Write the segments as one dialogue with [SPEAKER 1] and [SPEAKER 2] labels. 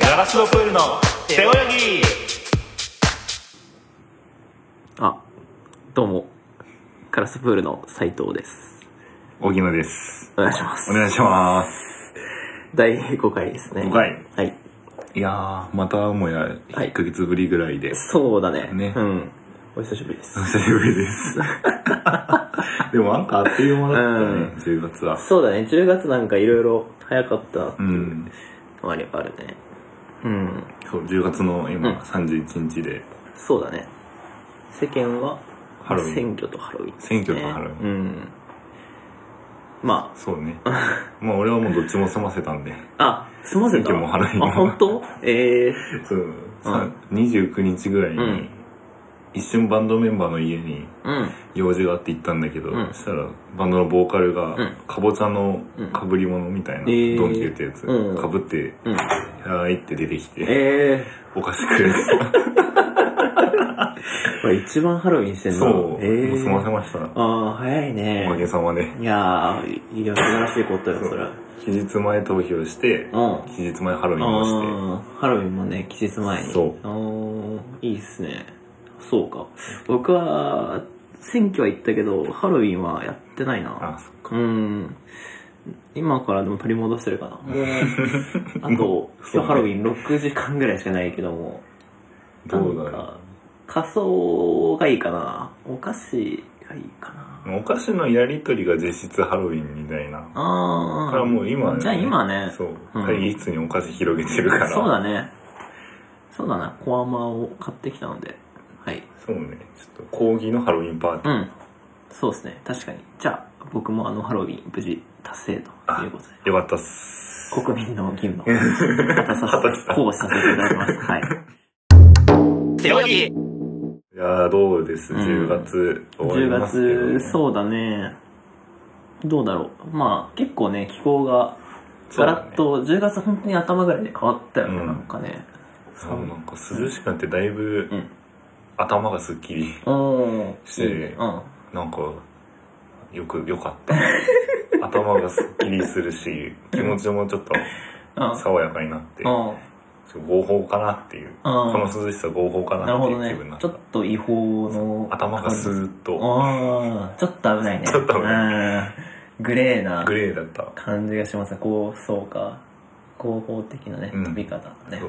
[SPEAKER 1] ガラスのプールの背泳ぎ
[SPEAKER 2] あ、どうも。カラスプールの斉藤です。
[SPEAKER 3] 荻野です。
[SPEAKER 2] お願いします。
[SPEAKER 3] お願いします。
[SPEAKER 2] 第5回ですね。
[SPEAKER 3] 5回。
[SPEAKER 2] はい。
[SPEAKER 3] いやー、またもや
[SPEAKER 2] はい
[SPEAKER 3] 1ヶ月ぶりぐらいで、
[SPEAKER 2] そうだね。
[SPEAKER 3] ね
[SPEAKER 2] うん。お久しぶりです
[SPEAKER 3] お。久しぶりです。 でもなんかあっという間だったね、10月は。
[SPEAKER 2] そうだね。10月なんかいろいろ早かったって
[SPEAKER 3] う。
[SPEAKER 2] いうんのがあるね。うん。
[SPEAKER 3] そう、10月の
[SPEAKER 2] うん
[SPEAKER 3] 今31日で、
[SPEAKER 2] そうだね。世間は、
[SPEAKER 3] ハロウィン
[SPEAKER 2] 選挙とハロウィンですね、
[SPEAKER 3] 選挙とハロウィン
[SPEAKER 2] うん。ま
[SPEAKER 3] そうね。まあ俺はもうどっちも済ませたん で、
[SPEAKER 2] あ、あ、すみません
[SPEAKER 3] 選挙もハロウィンも
[SPEAKER 2] あ、本当ええ
[SPEAKER 3] そう、さ29日ぐらい
[SPEAKER 2] うん
[SPEAKER 3] に、一瞬バンドメンバーの家に
[SPEAKER 2] うん。
[SPEAKER 3] 用事があって行ったんだけど、
[SPEAKER 2] うん
[SPEAKER 3] そしたらバンドのボーカルが
[SPEAKER 2] うん
[SPEAKER 3] かぼちゃの
[SPEAKER 2] うん
[SPEAKER 3] かぶり物みたいな、
[SPEAKER 2] えー
[SPEAKER 3] ドンキで売ってるやつ、
[SPEAKER 2] うん
[SPEAKER 3] かぶって
[SPEAKER 2] うん。
[SPEAKER 3] はーいって出てきて、
[SPEAKER 2] ええ
[SPEAKER 3] お菓子くれて
[SPEAKER 2] これ一番ハロウィ ンしてんの
[SPEAKER 3] そう、
[SPEAKER 2] ええ
[SPEAKER 3] もう済ませました
[SPEAKER 2] ああ、早いね
[SPEAKER 3] お。かげさまで
[SPEAKER 2] いやー、いや、素晴らしいことよ、それは。
[SPEAKER 3] 期日前投票して
[SPEAKER 2] うん。
[SPEAKER 3] 期日前ハロウィンをして
[SPEAKER 2] あーハロウィンもね、期日前に。
[SPEAKER 3] そう
[SPEAKER 2] あーいいっすね。そうか。僕は、選挙は行ったけど、ハロウィンはやってないな。
[SPEAKER 3] あそっか
[SPEAKER 2] うん。今からでも取り戻してるかな。もう、 あと、今日
[SPEAKER 3] そうね
[SPEAKER 2] ハロウィン6時間ぐらいしかないけども。
[SPEAKER 3] どうだ
[SPEAKER 2] なん
[SPEAKER 3] ろ
[SPEAKER 2] か仮装がいいかな。お菓子がいいかな。
[SPEAKER 3] うお菓子のやり取りが実質ハロウィンみたいなだ
[SPEAKER 2] ああ。
[SPEAKER 3] からもう今はね
[SPEAKER 2] じゃあ今ね。
[SPEAKER 3] そう
[SPEAKER 2] うん
[SPEAKER 3] 会議室にお菓子広げてるから
[SPEAKER 2] そうだね。そうだな。コアマを買ってきたので。はい。
[SPEAKER 3] そうねちょっと講義のハロウィンパーティー
[SPEAKER 2] うん。そうですね。確かに。じゃあ、僕もあのハロウィン無事達成ということで。
[SPEAKER 3] よかったっす
[SPEAKER 2] 国民の義務 を果たさせて、行使させていただきます。はい。
[SPEAKER 1] 背泳ぎ
[SPEAKER 3] いやーどうです、
[SPEAKER 2] うん
[SPEAKER 3] 10月終わり
[SPEAKER 2] 10
[SPEAKER 3] ますけど、ね、
[SPEAKER 2] 月、そうだね。どうだろう。まあ、結構ね、気候が、
[SPEAKER 3] そ
[SPEAKER 2] ガ
[SPEAKER 3] うだね
[SPEAKER 2] ラッと、10月本当に頭ぐらいで変わったよね、
[SPEAKER 3] うん
[SPEAKER 2] なんかね。
[SPEAKER 3] そうなんか涼しくなってだいぶ
[SPEAKER 2] うん
[SPEAKER 3] 頭がすっきり
[SPEAKER 2] お
[SPEAKER 3] し
[SPEAKER 2] ー。いいねうん。
[SPEAKER 3] なんかよくよかった 頭がすっきりするし気持ちもちょっ
[SPEAKER 2] うん
[SPEAKER 3] と爽やかになってちょ
[SPEAKER 2] うん。
[SPEAKER 3] っと合法かなっていう
[SPEAKER 2] う
[SPEAKER 3] こ
[SPEAKER 2] ん
[SPEAKER 3] の涼しさ合法か
[SPEAKER 2] な
[SPEAKER 3] な
[SPEAKER 2] る
[SPEAKER 3] っ
[SPEAKER 2] ほ
[SPEAKER 3] てい
[SPEAKER 2] ど
[SPEAKER 3] う気
[SPEAKER 2] ね
[SPEAKER 3] 分になっ。
[SPEAKER 2] ち
[SPEAKER 3] た
[SPEAKER 2] ょっと違法の。
[SPEAKER 3] 頭がスーッと
[SPEAKER 2] あーちょっと危ないね。
[SPEAKER 3] ちょっと危
[SPEAKER 2] うんグレーな
[SPEAKER 3] グレーだった
[SPEAKER 2] 感じがしますね。こう、そうか。合法的なね、
[SPEAKER 3] うん
[SPEAKER 2] 飛び方ね。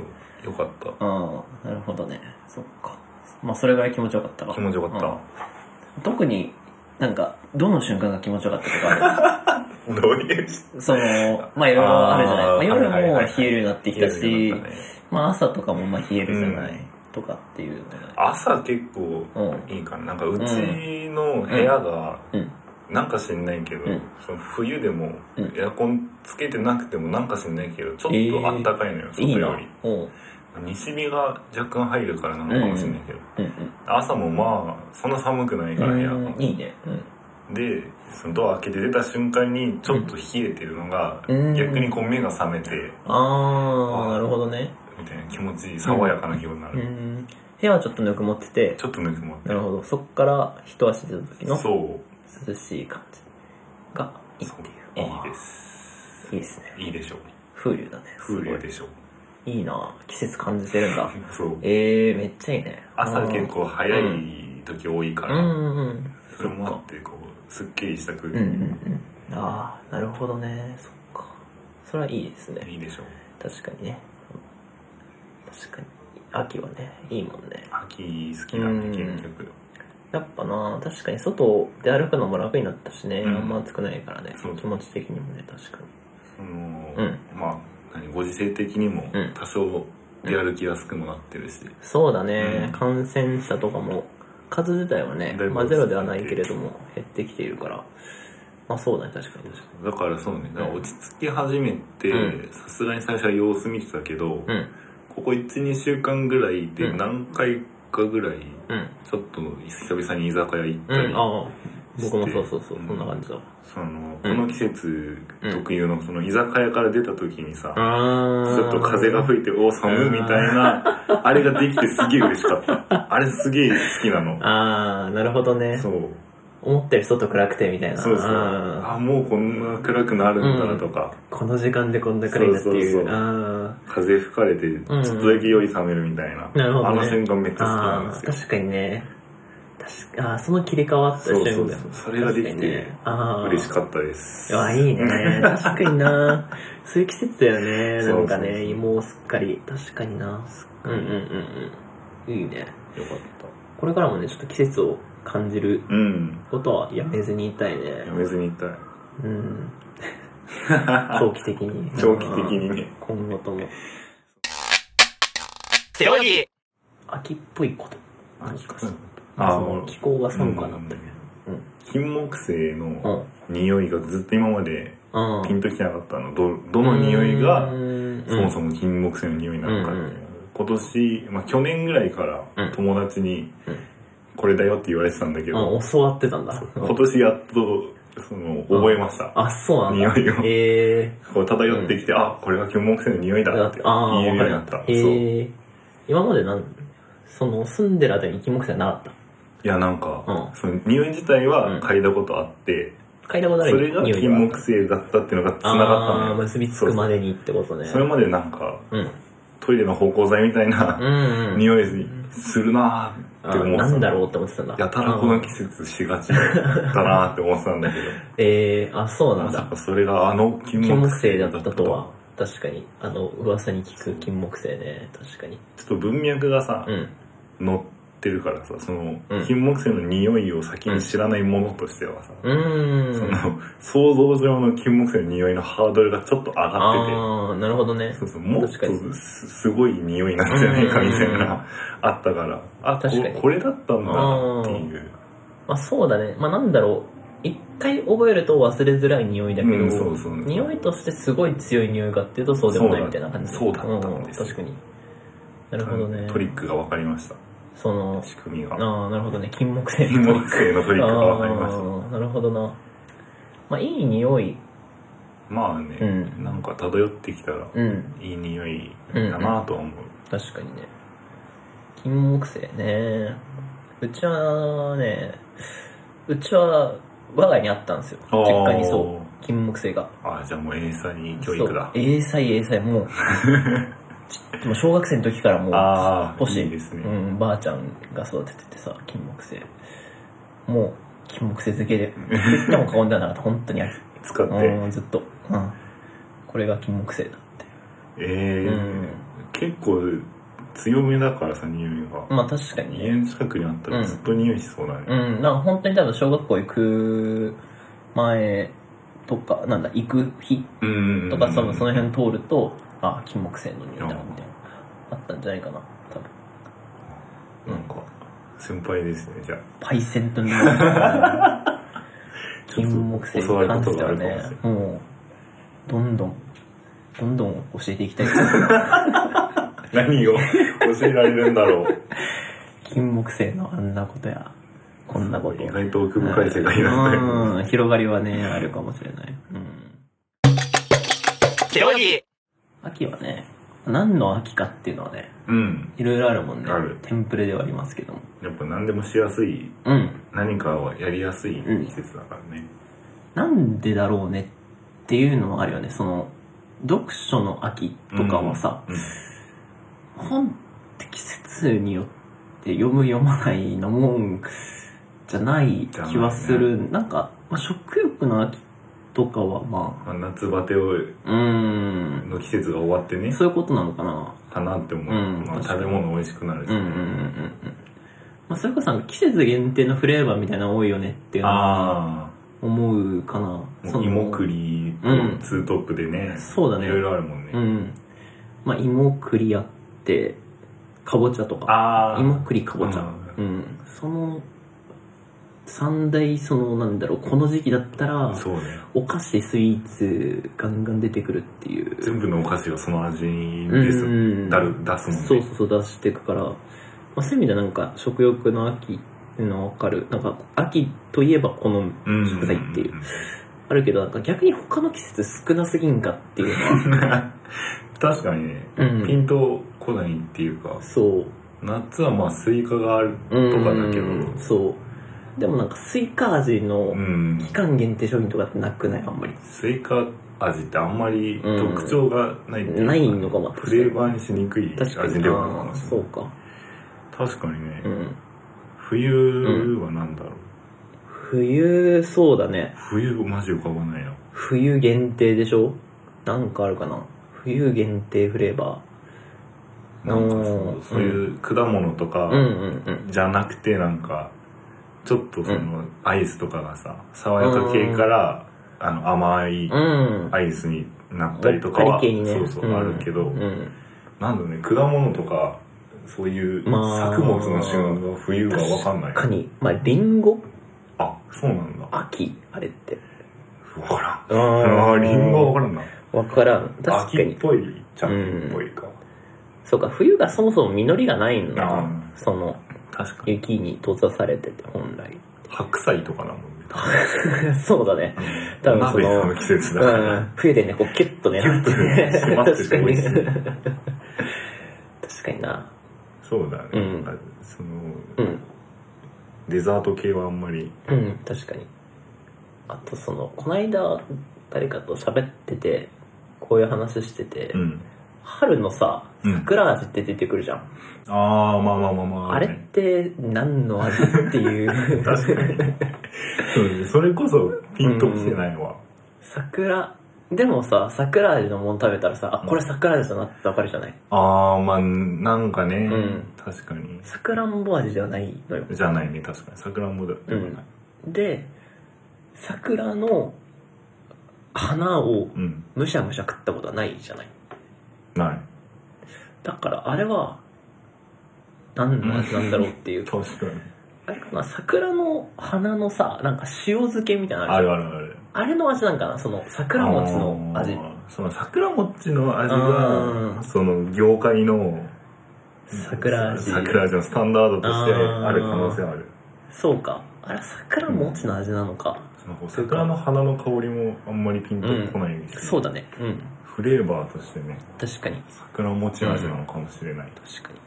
[SPEAKER 3] そうよかった
[SPEAKER 2] うん。なるほどね。そっか。まあ、それぐらい気持ちよかったか。
[SPEAKER 3] 気持ちよか
[SPEAKER 2] うん
[SPEAKER 3] っ
[SPEAKER 2] 特に、なんか、どの瞬間が気持ちよかったとかあ
[SPEAKER 3] た、どういう人
[SPEAKER 2] る その、まあ、いろいろあるじゃない。
[SPEAKER 3] あー
[SPEAKER 2] まあ、夜
[SPEAKER 3] はいはい
[SPEAKER 2] も
[SPEAKER 3] は
[SPEAKER 2] 冷
[SPEAKER 3] い
[SPEAKER 2] えるようになってきたし、まあ、朝とかもまあ冷えるじゃない。
[SPEAKER 3] うん
[SPEAKER 2] とかっていうのが。
[SPEAKER 3] 朝結構
[SPEAKER 2] う
[SPEAKER 3] いいかななんかうちの部屋が
[SPEAKER 2] うん。
[SPEAKER 3] なんか知んないけど、
[SPEAKER 2] うん
[SPEAKER 3] その冬でも
[SPEAKER 2] うん
[SPEAKER 3] エアコンつけてなくてもなんか知んないけどちょっ
[SPEAKER 2] えー
[SPEAKER 3] とあったかいのよ、
[SPEAKER 2] いい
[SPEAKER 3] 外
[SPEAKER 2] な
[SPEAKER 3] より。
[SPEAKER 2] うん。うん
[SPEAKER 3] 西日が若干入るからなのかもしれないけど、
[SPEAKER 2] うん。
[SPEAKER 3] 朝もまあそんな寒くないから部屋が、
[SPEAKER 2] うんいいね。うん。
[SPEAKER 3] でそのドア開けて出た瞬間にちょっと冷えてるのが、
[SPEAKER 2] うん
[SPEAKER 3] 逆にこう目が覚めて
[SPEAKER 2] あー、なるほどね。
[SPEAKER 3] みたいな気持ちいい爽やかな気分にな
[SPEAKER 2] う
[SPEAKER 3] る、
[SPEAKER 2] ん。部屋はちょっとぬくもってて
[SPEAKER 3] ち、ょっとぬくもって
[SPEAKER 2] なるほど。そっから一足出た時の
[SPEAKER 3] そう
[SPEAKER 2] 涼しい感じがいいっ
[SPEAKER 3] そう
[SPEAKER 2] て
[SPEAKER 3] い
[SPEAKER 2] いう。
[SPEAKER 3] いです
[SPEAKER 2] いいですね。
[SPEAKER 3] いいでしょう
[SPEAKER 2] 風流だね。す
[SPEAKER 3] 風
[SPEAKER 2] ごい
[SPEAKER 3] 流でしょう
[SPEAKER 2] いいな季節感じてるんだ。
[SPEAKER 3] そう
[SPEAKER 2] えー、めっちゃいいね。
[SPEAKER 3] 朝結構早い
[SPEAKER 2] うん
[SPEAKER 3] 時多いか
[SPEAKER 2] うん
[SPEAKER 3] ら、
[SPEAKER 2] うんうん。
[SPEAKER 3] それもあってこうすっきりした空
[SPEAKER 2] うん
[SPEAKER 3] 気、
[SPEAKER 2] うんうん。あー、なるほどね。そっか。それはいいですね。
[SPEAKER 3] いいでしょう
[SPEAKER 2] 確かにね。確かに。秋はね、いいもんね。
[SPEAKER 3] 秋好きなんで
[SPEAKER 2] うん
[SPEAKER 3] 結局
[SPEAKER 2] やっぱな確かに外で歩くのも楽になったしね、
[SPEAKER 3] うん
[SPEAKER 2] あんま暑くないからね
[SPEAKER 3] そう
[SPEAKER 2] 気持ち的にもね確かに
[SPEAKER 3] その、
[SPEAKER 2] うん
[SPEAKER 3] まあ何ご時世的にも
[SPEAKER 2] うん
[SPEAKER 3] 多少出歩きやすくもなってるし、
[SPEAKER 2] そうだね、
[SPEAKER 3] うん
[SPEAKER 2] 感染者とかも数自体はね
[SPEAKER 3] だい、ぶ
[SPEAKER 2] まあ、ゼロではないけれども減ってきているからまあそうだね確かに確か
[SPEAKER 3] だからそうねだから落ち着き始めて
[SPEAKER 2] う
[SPEAKER 3] さすがに最初は様子見てたけど、
[SPEAKER 2] に
[SPEAKER 3] ここ12週間ぐらいで
[SPEAKER 2] うん
[SPEAKER 3] 何回かぐらい
[SPEAKER 2] うんうん
[SPEAKER 3] ちょっと久々に居酒屋行ったり、
[SPEAKER 2] うん、ああ
[SPEAKER 3] して
[SPEAKER 2] 僕もそうそうそう、
[SPEAKER 3] うん
[SPEAKER 2] そんな感じだわ
[SPEAKER 3] そのこ
[SPEAKER 2] うん
[SPEAKER 3] の季節特有のその居酒屋から出た時にさ、
[SPEAKER 2] あ
[SPEAKER 3] ちょっと風が吹いて、おー、寒いみたいな、あれができてすげえ嬉しかった。あれすげえ好きなの。
[SPEAKER 2] ああなるほどね
[SPEAKER 3] そう。
[SPEAKER 2] 思ったより外暗くてみたいな。
[SPEAKER 3] そうそう。
[SPEAKER 2] ん
[SPEAKER 3] あ、もうこんな暗くなるんだなとか、
[SPEAKER 2] この時間でこんな暗いんだっていう。
[SPEAKER 3] そうそうそう
[SPEAKER 2] あ
[SPEAKER 3] 風吹かれて、ちょっとだけ酔い冷めるみたいな。
[SPEAKER 2] なるほどね
[SPEAKER 3] あの瞬間めっちゃ好きなん
[SPEAKER 2] あ
[SPEAKER 3] です
[SPEAKER 2] ー、
[SPEAKER 3] よ。
[SPEAKER 2] 確かにね。確かあーその切り替わった瞬間。
[SPEAKER 3] そうそうそうそれができて
[SPEAKER 2] 確かにねあー
[SPEAKER 3] 嬉しかったです。
[SPEAKER 2] あ、いい ね。確かにな。そういう季節だよね。
[SPEAKER 3] そう
[SPEAKER 2] な
[SPEAKER 3] そ
[SPEAKER 2] ん
[SPEAKER 3] うそ
[SPEAKER 2] か
[SPEAKER 3] う
[SPEAKER 2] ね、もうすっかり。確かにな。うんうんうんうん。いいね。
[SPEAKER 3] よかった。
[SPEAKER 2] これからもね、ちょっと季節を感じる
[SPEAKER 3] うん。
[SPEAKER 2] ことはやめずにいたいね
[SPEAKER 3] や。めずにいたい。
[SPEAKER 2] うん。長期的に。
[SPEAKER 3] 長期的にね。
[SPEAKER 2] 今後とも。
[SPEAKER 1] 背泳ぎ
[SPEAKER 2] 秋っぽいこと。何かしら。
[SPEAKER 3] あ
[SPEAKER 2] そ
[SPEAKER 3] ー
[SPEAKER 2] の気候が寒くはなったけど。
[SPEAKER 3] 金木犀
[SPEAKER 2] う
[SPEAKER 3] の
[SPEAKER 2] ん。
[SPEAKER 3] 匂いがずっと今まで
[SPEAKER 2] うん。
[SPEAKER 3] ピンときてなかったの。ど、どの匂いが
[SPEAKER 2] う、ん、
[SPEAKER 3] そもそも金木犀の匂いなのかっていう。今年、まあ去年ぐらいか
[SPEAKER 2] うん
[SPEAKER 3] ら友達に
[SPEAKER 2] うん、
[SPEAKER 3] これだよって言われてたんだけど、
[SPEAKER 2] あ、教わってたんだ。
[SPEAKER 3] 今年やっと、その、覚えました。
[SPEAKER 2] あ、そうなんだ。
[SPEAKER 3] 匂いを
[SPEAKER 2] ええ
[SPEAKER 3] こう漂ってきて、あ、これが金木犀の匂いだって
[SPEAKER 2] あ
[SPEAKER 3] 言えるようになった。そう。い
[SPEAKER 2] えー、今までなんその住んでるあたりにキモくてなかっ
[SPEAKER 3] や、なんか
[SPEAKER 2] う、
[SPEAKER 3] その匂い自体
[SPEAKER 2] うん
[SPEAKER 3] は嗅いだことあって、
[SPEAKER 2] た嗅いだことある
[SPEAKER 3] それが金
[SPEAKER 2] 匂い
[SPEAKER 3] 木犀だったっていうのが繋が
[SPEAKER 2] あ
[SPEAKER 3] った
[SPEAKER 2] ー
[SPEAKER 3] のよ。
[SPEAKER 2] 結びつくまでにってことね
[SPEAKER 3] それまでなんか、
[SPEAKER 2] うん
[SPEAKER 3] トイレの芳香剤みたいな
[SPEAKER 2] うんうん
[SPEAKER 3] 匂いするなー
[SPEAKER 2] あ
[SPEAKER 3] って思ってた。
[SPEAKER 2] なんだろうって思ってたんだ
[SPEAKER 3] やたらこの季節しがちだなーって思ってたんだけ
[SPEAKER 2] えー、あそう
[SPEAKER 3] ど、
[SPEAKER 2] なん
[SPEAKER 3] まさ
[SPEAKER 2] だ
[SPEAKER 3] かそれがあの金
[SPEAKER 2] 金木
[SPEAKER 3] 木
[SPEAKER 2] 犀
[SPEAKER 3] 犀
[SPEAKER 2] だ
[SPEAKER 3] だ
[SPEAKER 2] っ
[SPEAKER 3] ったた
[SPEAKER 2] と
[SPEAKER 3] と
[SPEAKER 2] は
[SPEAKER 3] は。
[SPEAKER 2] 確かにあの噂に聞く金木犀ね確かに
[SPEAKER 3] ちょっと文脈がさ
[SPEAKER 2] う、ん
[SPEAKER 3] 乗ってるからさ、その
[SPEAKER 2] うん、
[SPEAKER 3] 金木犀の匂いを先に知らないものとしてはさ、
[SPEAKER 2] うー
[SPEAKER 3] そ
[SPEAKER 2] ん
[SPEAKER 3] の、想像上の金木犀の匂いのハードルがちょっと上がって
[SPEAKER 2] あーなるほどね
[SPEAKER 3] て、そうそう、もっ
[SPEAKER 2] 確かに
[SPEAKER 3] とすすごい匂いなんじゃないかみたい
[SPEAKER 2] うんうんうん
[SPEAKER 3] な、あったから、あ、こ
[SPEAKER 2] 確かに
[SPEAKER 3] これだったんだなっていう。
[SPEAKER 2] まあそうだねまあなんだろう一回覚えると忘れづらい匂いだけど、
[SPEAKER 3] うんそうそう
[SPEAKER 2] 匂いとしてすごい強い匂いかっていうとそうでもないみたいな感じ
[SPEAKER 3] そうだそうだったんです
[SPEAKER 2] うん確かになるほどね
[SPEAKER 3] トリックが分かりました。
[SPEAKER 2] その
[SPEAKER 3] 仕組みが。
[SPEAKER 2] ああなるほどね金木犀
[SPEAKER 3] 金木犀のトリックが分かりまし
[SPEAKER 2] ああなるほどなまあいい匂い
[SPEAKER 3] た。まあね、
[SPEAKER 2] うん
[SPEAKER 3] なんか漂ってきたら、
[SPEAKER 2] うん
[SPEAKER 3] いい匂いだなとは思う。
[SPEAKER 2] 確かにね金木犀ねうちはねうちは我が家にあったんですよ
[SPEAKER 3] あー
[SPEAKER 2] 実家にそう金木犀が
[SPEAKER 3] ああ、じゃあもう英才教育だ
[SPEAKER 2] そう。英才英才も うちっもう小学生の時からもう
[SPEAKER 3] あ
[SPEAKER 2] ポ
[SPEAKER 3] あ、
[SPEAKER 2] シ
[SPEAKER 3] いいですね。
[SPEAKER 2] うん、ばあちゃんが育てててさ金木犀もう金木犀漬けで一回も過言ではなかった本当にあ る
[SPEAKER 3] 使って。
[SPEAKER 2] うんずっと、うん、これが金木犀だって
[SPEAKER 3] ええ
[SPEAKER 2] うん
[SPEAKER 3] 結構強めだからさ、匂いが。
[SPEAKER 2] まあ確かに
[SPEAKER 3] 家
[SPEAKER 2] ね
[SPEAKER 3] の近くにあった
[SPEAKER 2] う
[SPEAKER 3] ら
[SPEAKER 2] ん
[SPEAKER 3] ずっと匂いしそうだね。
[SPEAKER 2] うんなんか本当に多分小学校行く前とかなんだ行く日
[SPEAKER 3] うんうんうん。
[SPEAKER 2] とか多分その辺通るとあ金木犀の匂いだみたいなあったんじゃないかな多分
[SPEAKER 3] なんか、先輩ですね、じゃあ。
[SPEAKER 2] パイセン と見える金木犀に
[SPEAKER 3] ちょっと教わる
[SPEAKER 2] 関し
[SPEAKER 3] こと
[SPEAKER 2] て
[SPEAKER 3] が
[SPEAKER 2] は
[SPEAKER 3] あるかもしれ
[SPEAKER 2] ね
[SPEAKER 3] ない、
[SPEAKER 2] もう、どんどん、どんどん教えていきた い。
[SPEAKER 3] 何を教えられるんだろう。
[SPEAKER 2] 金木犀のあんなことや、こんなこと。
[SPEAKER 3] 意外と奥深い世界なんだよ。
[SPEAKER 2] うん、広がりはね、あるかもしれない。うん。
[SPEAKER 1] 背泳ぎ
[SPEAKER 2] 秋はね、何の秋かっていうのはね、
[SPEAKER 3] うん。
[SPEAKER 2] いろいろあるもんね
[SPEAKER 3] ある。
[SPEAKER 2] テンプレではありますけども。
[SPEAKER 3] やっぱ何でもしやすい、
[SPEAKER 2] うん。
[SPEAKER 3] 何かをやりやすい季節だからね。
[SPEAKER 2] なんでだろうねっていうのもあるよね。その、読書の秋とかはさ、
[SPEAKER 3] うん、
[SPEAKER 2] 本って季節によって読む読まないのもんじゃない気はする。なんか、まあ、食欲の秋とかはま
[SPEAKER 3] まあ夏バテを
[SPEAKER 2] あ、うーん、
[SPEAKER 3] の季節が終わってね、
[SPEAKER 2] そういうことなのかな。
[SPEAKER 3] かなって思う。
[SPEAKER 2] うん
[SPEAKER 3] まあ、食べ物美味しくなるし、
[SPEAKER 2] うんうんうんうんうん。まあ、それこそなんか季節限定のフレーバーみたいなの多いよねっていうのは
[SPEAKER 3] あ
[SPEAKER 2] 思うかな。
[SPEAKER 3] あ、
[SPEAKER 2] そ
[SPEAKER 3] もう
[SPEAKER 2] の
[SPEAKER 3] 芋栗
[SPEAKER 2] うん
[SPEAKER 3] とツートップでね、
[SPEAKER 2] そうだね
[SPEAKER 3] いろいろあるもんね。
[SPEAKER 2] うん。まあ、芋栗あって、かぼちゃとか。
[SPEAKER 3] ああ、
[SPEAKER 2] 芋栗かぼちゃ、う
[SPEAKER 3] うん
[SPEAKER 2] その三大そのなんだろうこの時期だったら
[SPEAKER 3] そうね。
[SPEAKER 2] お菓子スイーツガンガン出てくるっていう
[SPEAKER 3] 全部のお菓子がその味
[SPEAKER 2] うん
[SPEAKER 3] です、だる出すもんね。
[SPEAKER 2] そうそうそう出していくから、まあ、そういう意味ではなんか食欲の秋っていうのは分かるなんか秋といえばこの
[SPEAKER 3] ん
[SPEAKER 2] 食材っていう、あるけどなんか逆に他の季節少なすぎんかっていう のは、
[SPEAKER 3] 確かにね、
[SPEAKER 2] うん
[SPEAKER 3] ピンとこないっていうか、
[SPEAKER 2] そう
[SPEAKER 3] 夏はまあスイカがあるとかだけど、
[SPEAKER 2] うんそうでもなんかスイカ味の
[SPEAKER 3] うん
[SPEAKER 2] 期間限定商品とかってなくないあんまり。
[SPEAKER 3] スイカ味ってあんまり特徴がないっていうか
[SPEAKER 2] ないのかも。
[SPEAKER 3] フレーバーにしにくい
[SPEAKER 2] 確かに
[SPEAKER 3] 味ではあるかもしれ
[SPEAKER 2] そうか。
[SPEAKER 3] ない確かにね、
[SPEAKER 2] うん。
[SPEAKER 3] 冬は何だろう
[SPEAKER 2] 冬、そうだね。
[SPEAKER 3] 冬マジ浮かばないな
[SPEAKER 2] 冬限定でしょなんかあるかな冬限定フレーバ
[SPEAKER 3] なんかそ
[SPEAKER 2] うん
[SPEAKER 3] のそういう果物
[SPEAKER 2] ー。
[SPEAKER 3] と
[SPEAKER 2] うん
[SPEAKER 3] か
[SPEAKER 2] うん
[SPEAKER 3] じゃなくてなんかちょっとそのアイスとかがさ爽やか系からあの甘い
[SPEAKER 2] うん。うん。
[SPEAKER 3] アイスになったりとか
[SPEAKER 2] もっ
[SPEAKER 3] は
[SPEAKER 2] ぱり系にね。
[SPEAKER 3] そうそう
[SPEAKER 2] うん
[SPEAKER 3] あるけど
[SPEAKER 2] うん。
[SPEAKER 3] なんだろうね果物とかそういう作
[SPEAKER 2] まあ
[SPEAKER 3] 物の旬が冬は分かんない
[SPEAKER 2] 確かに、まあ、リンゴ
[SPEAKER 3] あそうなんだ
[SPEAKER 2] 秋あれって。
[SPEAKER 3] 分からん
[SPEAKER 2] あ
[SPEAKER 3] あーリンゴは分からんな
[SPEAKER 2] わからん。確か
[SPEAKER 3] 秋っ
[SPEAKER 2] に。
[SPEAKER 3] ぽいちゃ秋っぽいか
[SPEAKER 2] そうか、冬がそもそも実りがないの
[SPEAKER 3] あ
[SPEAKER 2] か。その、
[SPEAKER 3] 確かに
[SPEAKER 2] 雪に閉ざされてて、本 来。
[SPEAKER 3] 白菜とかなもんね
[SPEAKER 2] そうだね。 多
[SPEAKER 3] 多
[SPEAKER 2] 分そ
[SPEAKER 3] 分
[SPEAKER 2] の
[SPEAKER 3] 鍋の季節だ
[SPEAKER 2] う
[SPEAKER 3] から
[SPEAKER 2] ん。冬でね、こう、キュッとね、なってね
[SPEAKER 3] 締まって
[SPEAKER 2] 確か
[SPEAKER 3] て美
[SPEAKER 2] に
[SPEAKER 3] 味しい。
[SPEAKER 2] 確かにな。
[SPEAKER 3] そうだね、
[SPEAKER 2] うん
[SPEAKER 3] あその
[SPEAKER 2] うん。
[SPEAKER 3] デザート系はあんまり
[SPEAKER 2] うん、確かに。あと、その、こないだ、誰かと喋ってて、こういう話してて、
[SPEAKER 3] うん
[SPEAKER 2] 春のさ、
[SPEAKER 3] うん
[SPEAKER 2] 桜味って出てくるじゃん。
[SPEAKER 3] ああまあまあまあまあ
[SPEAKER 2] あれっ
[SPEAKER 3] ね
[SPEAKER 2] て何の味っていう。
[SPEAKER 3] 確かにそうねそれこそピンときてないわ、
[SPEAKER 2] 桜、でもさ、桜味のもの食べたらさ、あ、これ桜味だなってわかるじゃない
[SPEAKER 3] ああまあなんかね、
[SPEAKER 2] うん
[SPEAKER 3] 確かに
[SPEAKER 2] 桜んぼ味じゃないのよ。
[SPEAKER 3] じゃないね確かに桜んぼだ
[SPEAKER 2] う
[SPEAKER 3] では
[SPEAKER 2] ん
[SPEAKER 3] ない、。
[SPEAKER 2] で、桜の花を
[SPEAKER 3] うん
[SPEAKER 2] むしゃむしゃ食ったことはないじゃない。
[SPEAKER 3] ない
[SPEAKER 2] だからあれは、何の味なんだろうっていう。
[SPEAKER 3] 確かに
[SPEAKER 2] あれかな、桜の花のさ、なんか塩漬けみたいなのあ
[SPEAKER 3] あ
[SPEAKER 2] るじ
[SPEAKER 3] るあるある
[SPEAKER 2] ゃんあれの味なんかな、その桜餅の味
[SPEAKER 3] あ。ーその桜餅の味
[SPEAKER 2] うん
[SPEAKER 3] がその業界の
[SPEAKER 2] 桜味。
[SPEAKER 3] 桜味のスタンダードとしてある可能性はある
[SPEAKER 2] そうか。あれは桜餅の味なのか。
[SPEAKER 3] なんか桜の花の香りもあんまりピンとこないし、
[SPEAKER 2] そうだね。うん。
[SPEAKER 3] フレーバーとしてね
[SPEAKER 2] 確かに。
[SPEAKER 3] 桜餅味なのかもしれない、
[SPEAKER 2] 確かに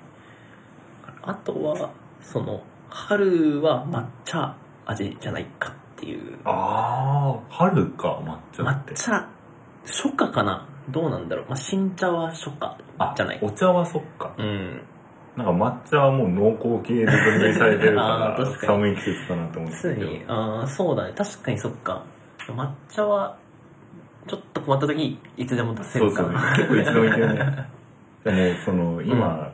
[SPEAKER 2] あとはその春は抹茶味じゃないかっていう
[SPEAKER 3] ああ春か抹茶っ
[SPEAKER 2] 抹
[SPEAKER 3] て
[SPEAKER 2] 茶初夏かなどうなんだろう、まあ、新茶は初夏
[SPEAKER 3] あ
[SPEAKER 2] じゃない
[SPEAKER 3] お茶はそっか
[SPEAKER 2] うん
[SPEAKER 3] なんか抹茶はもう濃厚系で分類されて る
[SPEAKER 2] あー
[SPEAKER 3] か
[SPEAKER 2] 確
[SPEAKER 3] ら
[SPEAKER 2] かに
[SPEAKER 3] 寒い季節かなと思って
[SPEAKER 2] 常にああそうだね確かにそっか抹茶はちょっと困った時いつでも出せ
[SPEAKER 3] そう
[SPEAKER 2] る
[SPEAKER 3] そ
[SPEAKER 2] か
[SPEAKER 3] う
[SPEAKER 2] な
[SPEAKER 3] 結構一度見 てるねでもその今、
[SPEAKER 2] うん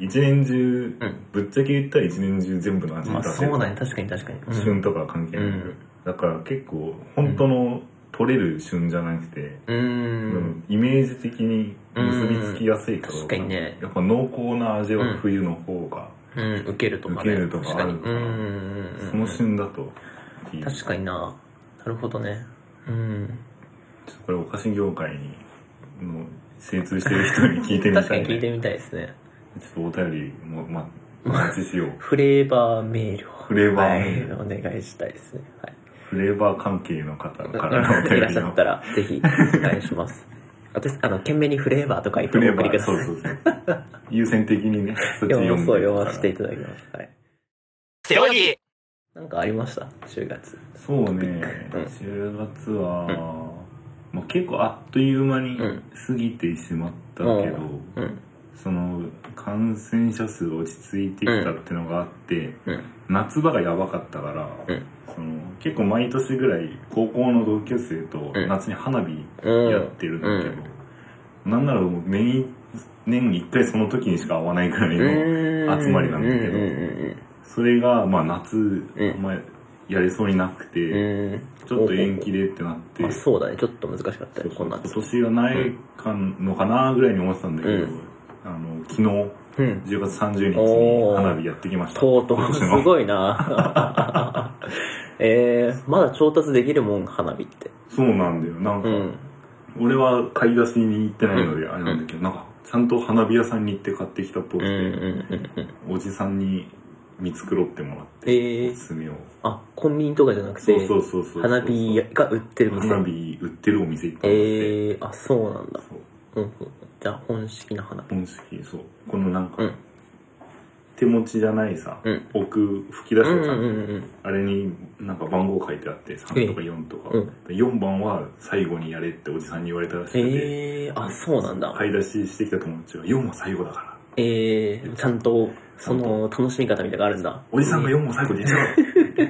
[SPEAKER 3] 一年中、
[SPEAKER 2] うん
[SPEAKER 3] ぶっちゃけ言ったら一年中全部の味
[SPEAKER 2] ま
[SPEAKER 3] 出
[SPEAKER 2] あ
[SPEAKER 3] せる、
[SPEAKER 2] そうだね確かに確かにうん
[SPEAKER 3] 旬とかは関係
[SPEAKER 2] う
[SPEAKER 3] ない、
[SPEAKER 2] ん
[SPEAKER 3] だから結構本当の取れる旬じゃなくて、
[SPEAKER 2] うーん
[SPEAKER 3] イメージ的に結びつきやすいから、
[SPEAKER 2] うん確かにね
[SPEAKER 3] やっぱ濃厚な味は冬の方が、
[SPEAKER 2] うん受けるとかね
[SPEAKER 3] 受けるとか
[SPEAKER 2] 確かにう
[SPEAKER 3] ある
[SPEAKER 2] ん
[SPEAKER 3] から
[SPEAKER 2] うんうん
[SPEAKER 3] その旬だといい
[SPEAKER 2] 確かにななるほどねうん
[SPEAKER 3] ちょっとこれお菓子業界にの精通してる人に聞いてみ
[SPEAKER 2] 確
[SPEAKER 3] た
[SPEAKER 2] か
[SPEAKER 3] い、
[SPEAKER 2] に聞い
[SPEAKER 3] ね、
[SPEAKER 2] てみたいですね
[SPEAKER 3] ちょっとお便りも、ま、お待ちしよう
[SPEAKER 2] フレーバーメールを
[SPEAKER 3] フレーバーメー
[SPEAKER 2] ル、はい、お願いしたいですねはい
[SPEAKER 3] フレーバー関係の方から のお
[SPEAKER 2] い
[SPEAKER 3] 便
[SPEAKER 2] らっ
[SPEAKER 3] り
[SPEAKER 2] しゃ
[SPEAKER 3] の
[SPEAKER 2] ったらぜひお願いし ます私あの懸命にフレーバーと書いて
[SPEAKER 3] フ
[SPEAKER 2] お
[SPEAKER 3] レー
[SPEAKER 2] 送
[SPEAKER 3] バ
[SPEAKER 2] りく
[SPEAKER 3] ー
[SPEAKER 2] ださい
[SPEAKER 3] そうそうそう優先的にねそっ
[SPEAKER 2] 読
[SPEAKER 3] ち読
[SPEAKER 2] む
[SPEAKER 3] ん
[SPEAKER 2] そう
[SPEAKER 3] で
[SPEAKER 2] 読ませていただきますはい
[SPEAKER 1] 背泳ぎ
[SPEAKER 2] なんかありました10月
[SPEAKER 3] そうね
[SPEAKER 2] うん
[SPEAKER 3] 10月は、まあ、結構あっという間に
[SPEAKER 2] うん
[SPEAKER 3] 過ぎてしまったけど、
[SPEAKER 2] うん
[SPEAKER 3] その感染者数落ち着いてきたってのがあって、
[SPEAKER 2] うん
[SPEAKER 3] 夏場がやばかったから、
[SPEAKER 2] うん
[SPEAKER 3] その結構毎年ぐらい高校の同級生と
[SPEAKER 2] うん
[SPEAKER 3] 夏に花火
[SPEAKER 2] うん
[SPEAKER 3] やってるんだけど
[SPEAKER 2] う、
[SPEAKER 3] なんならもう年年に1回その時にしか会わないぐらいの、
[SPEAKER 2] うん
[SPEAKER 3] 集まりなんだけど
[SPEAKER 2] うんうん
[SPEAKER 3] それがまあ夏、
[SPEAKER 2] ん
[SPEAKER 3] あんまやれそうになくて、
[SPEAKER 2] うんうん
[SPEAKER 3] ちょっと延期でってなって、
[SPEAKER 2] まあそうだねちょっと難しかった
[SPEAKER 3] そ
[SPEAKER 2] ね
[SPEAKER 3] うそ
[SPEAKER 2] こ
[SPEAKER 3] うん
[SPEAKER 2] な
[SPEAKER 3] 今
[SPEAKER 2] んです
[SPEAKER 3] 年はないかんのかなぐらいに思ってたんだけど、
[SPEAKER 2] うん
[SPEAKER 3] あの昨日
[SPEAKER 2] うん
[SPEAKER 3] 10月30日に花火やってきました。
[SPEAKER 2] とうと
[SPEAKER 3] 今
[SPEAKER 2] う、
[SPEAKER 3] 年
[SPEAKER 2] す
[SPEAKER 3] の
[SPEAKER 2] ごい なえー、まだ調達できるもん、花火って。
[SPEAKER 3] そうなんだよ。なんか、
[SPEAKER 2] うん。
[SPEAKER 3] 俺は買い出しに行ってないので、あれなんだけど、なんか、ちゃんと花火屋さんに行って買ってきたっぽ
[SPEAKER 2] うん
[SPEAKER 3] く
[SPEAKER 2] うん
[SPEAKER 3] て、
[SPEAKER 2] うんうん。
[SPEAKER 3] おじさんに見繕ってもらって、
[SPEAKER 2] え
[SPEAKER 3] お
[SPEAKER 2] ー、
[SPEAKER 3] すすめを。
[SPEAKER 2] あ、コンビニとかじゃなく
[SPEAKER 3] そう
[SPEAKER 2] て、
[SPEAKER 3] そうそうそう。
[SPEAKER 2] 花火が売ってる店。
[SPEAKER 3] 花火売ってるお店行ってもらって、
[SPEAKER 2] えー、あ、そうなんだ。
[SPEAKER 3] そう
[SPEAKER 2] うんうん。じゃあ、本式の花火。
[SPEAKER 3] 本式、そう。このなんか、
[SPEAKER 2] うん
[SPEAKER 3] 手持ちじゃないさ、
[SPEAKER 2] うん
[SPEAKER 3] 奥吹き出し
[SPEAKER 2] うん
[SPEAKER 3] の
[SPEAKER 2] う
[SPEAKER 3] さ、
[SPEAKER 2] んうん
[SPEAKER 3] あれになんか番号書いてあって3とか4とか、
[SPEAKER 2] うん
[SPEAKER 3] 4番は最後にやれっておじさんに言われたらしくて、
[SPEAKER 2] ええー、あ、そうなんだ。
[SPEAKER 3] 買い出ししてきた友達は4も最後だから
[SPEAKER 2] ええー、ちゃんと、その、楽しみ方みたいなのがあるんだ。
[SPEAKER 3] おじさんが
[SPEAKER 2] えー
[SPEAKER 3] 4も最後で 一番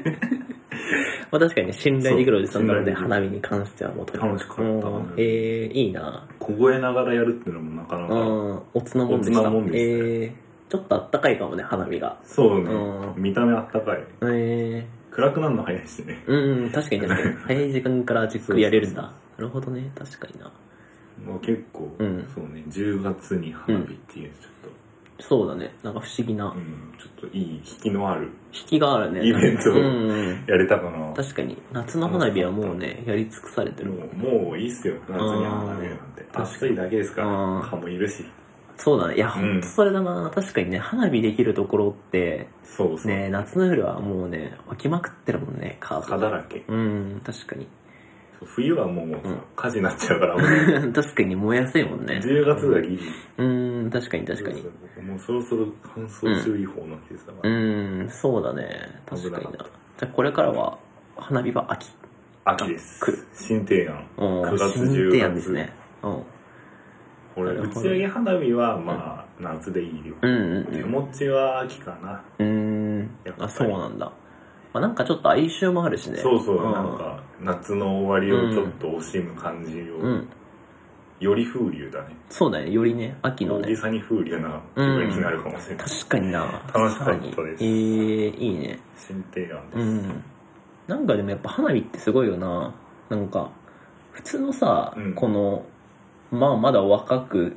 [SPEAKER 2] まあ確かにね信頼できるおじさんなので、
[SPEAKER 3] そう
[SPEAKER 2] 花見に関してはもうとに
[SPEAKER 3] 楽しかった
[SPEAKER 2] うんええー、いいな。
[SPEAKER 3] 凍えながらやるっていうのもなかな
[SPEAKER 2] う
[SPEAKER 3] か
[SPEAKER 2] ん、おつなもんでした。
[SPEAKER 3] おつなもんですね
[SPEAKER 2] ええー、ちょっとあったかいかもね、花見が。
[SPEAKER 3] そうね
[SPEAKER 2] うん
[SPEAKER 3] 見た目あったかい
[SPEAKER 2] ええ
[SPEAKER 3] 暗くなるの早いしね
[SPEAKER 2] ー、うん、確かに 確かに。早い時間からじっくりやれるんだ。なるほどね、確かにな。
[SPEAKER 3] もう結構、
[SPEAKER 2] うん
[SPEAKER 3] そうね10月に花火っていうちょっ
[SPEAKER 2] そうだね、なんか不思議な
[SPEAKER 3] と、う。ん、ちょっといい引きのある
[SPEAKER 2] 引きがあるね。
[SPEAKER 3] イベントを
[SPEAKER 2] うんうん。
[SPEAKER 3] やれたかな
[SPEAKER 2] 確かに、夏の花火はもうね、やり尽くされてる。
[SPEAKER 3] もうもういいっすよ夏に花火なんて
[SPEAKER 2] あー
[SPEAKER 3] 暑いだけですか
[SPEAKER 2] あ
[SPEAKER 3] ら
[SPEAKER 2] ー
[SPEAKER 3] 蚊もいるし
[SPEAKER 2] そうだね。いや、ほ
[SPEAKER 3] うん
[SPEAKER 2] んとそれだな。確かにね、花火できるところって、
[SPEAKER 3] そうそう、
[SPEAKER 2] ね、夏の夜はもうね、湧きまくってるもんね、カード
[SPEAKER 3] 蚊だらけ
[SPEAKER 2] うん、確かに。
[SPEAKER 3] そう冬はもうさ、
[SPEAKER 2] うん
[SPEAKER 3] 火事になっちゃうからもう
[SPEAKER 2] 確かに燃えやすいもんね。
[SPEAKER 3] 10月がギリ
[SPEAKER 2] うん、確かに確かに
[SPEAKER 3] そ。うそうもうそろそろ乾燥注意報の季節だか
[SPEAKER 2] う
[SPEAKER 3] ら、
[SPEAKER 2] ん、そうだね。確かにな。
[SPEAKER 3] 危
[SPEAKER 2] じ
[SPEAKER 3] なか
[SPEAKER 2] ゃあこれからは、花火は秋。
[SPEAKER 3] 秋です
[SPEAKER 2] 来る
[SPEAKER 3] 新提案
[SPEAKER 2] うん
[SPEAKER 3] 9月
[SPEAKER 2] 新提案ですね。うん。
[SPEAKER 3] これ
[SPEAKER 2] なる
[SPEAKER 3] 打
[SPEAKER 2] ほど
[SPEAKER 3] ち上げ花火はまあ、夏でいいよ、
[SPEAKER 2] うん
[SPEAKER 3] 手
[SPEAKER 2] うん
[SPEAKER 3] 持ちは秋かな、
[SPEAKER 2] うん。うん。あ、そうなんだ。まあ、なんかちょっと哀愁もあるしね。
[SPEAKER 3] そうそう、
[SPEAKER 2] ん
[SPEAKER 3] なん。か夏の終わりをちょっと惜しむ感じを、
[SPEAKER 2] うん。
[SPEAKER 3] より風流だね
[SPEAKER 2] そうだね。よりね、秋の
[SPEAKER 3] おじ
[SPEAKER 2] ね。
[SPEAKER 3] さんに風流な気分になるかもしれない、
[SPEAKER 2] 確かにな。
[SPEAKER 3] 楽しかったです
[SPEAKER 2] 確にえー、いいね。
[SPEAKER 3] 新提案で
[SPEAKER 2] う
[SPEAKER 3] す、
[SPEAKER 2] ん。なんかでもやっぱ花火ってすごいよな。なんか、普通のさ、
[SPEAKER 3] うん
[SPEAKER 2] この、まあまだ若く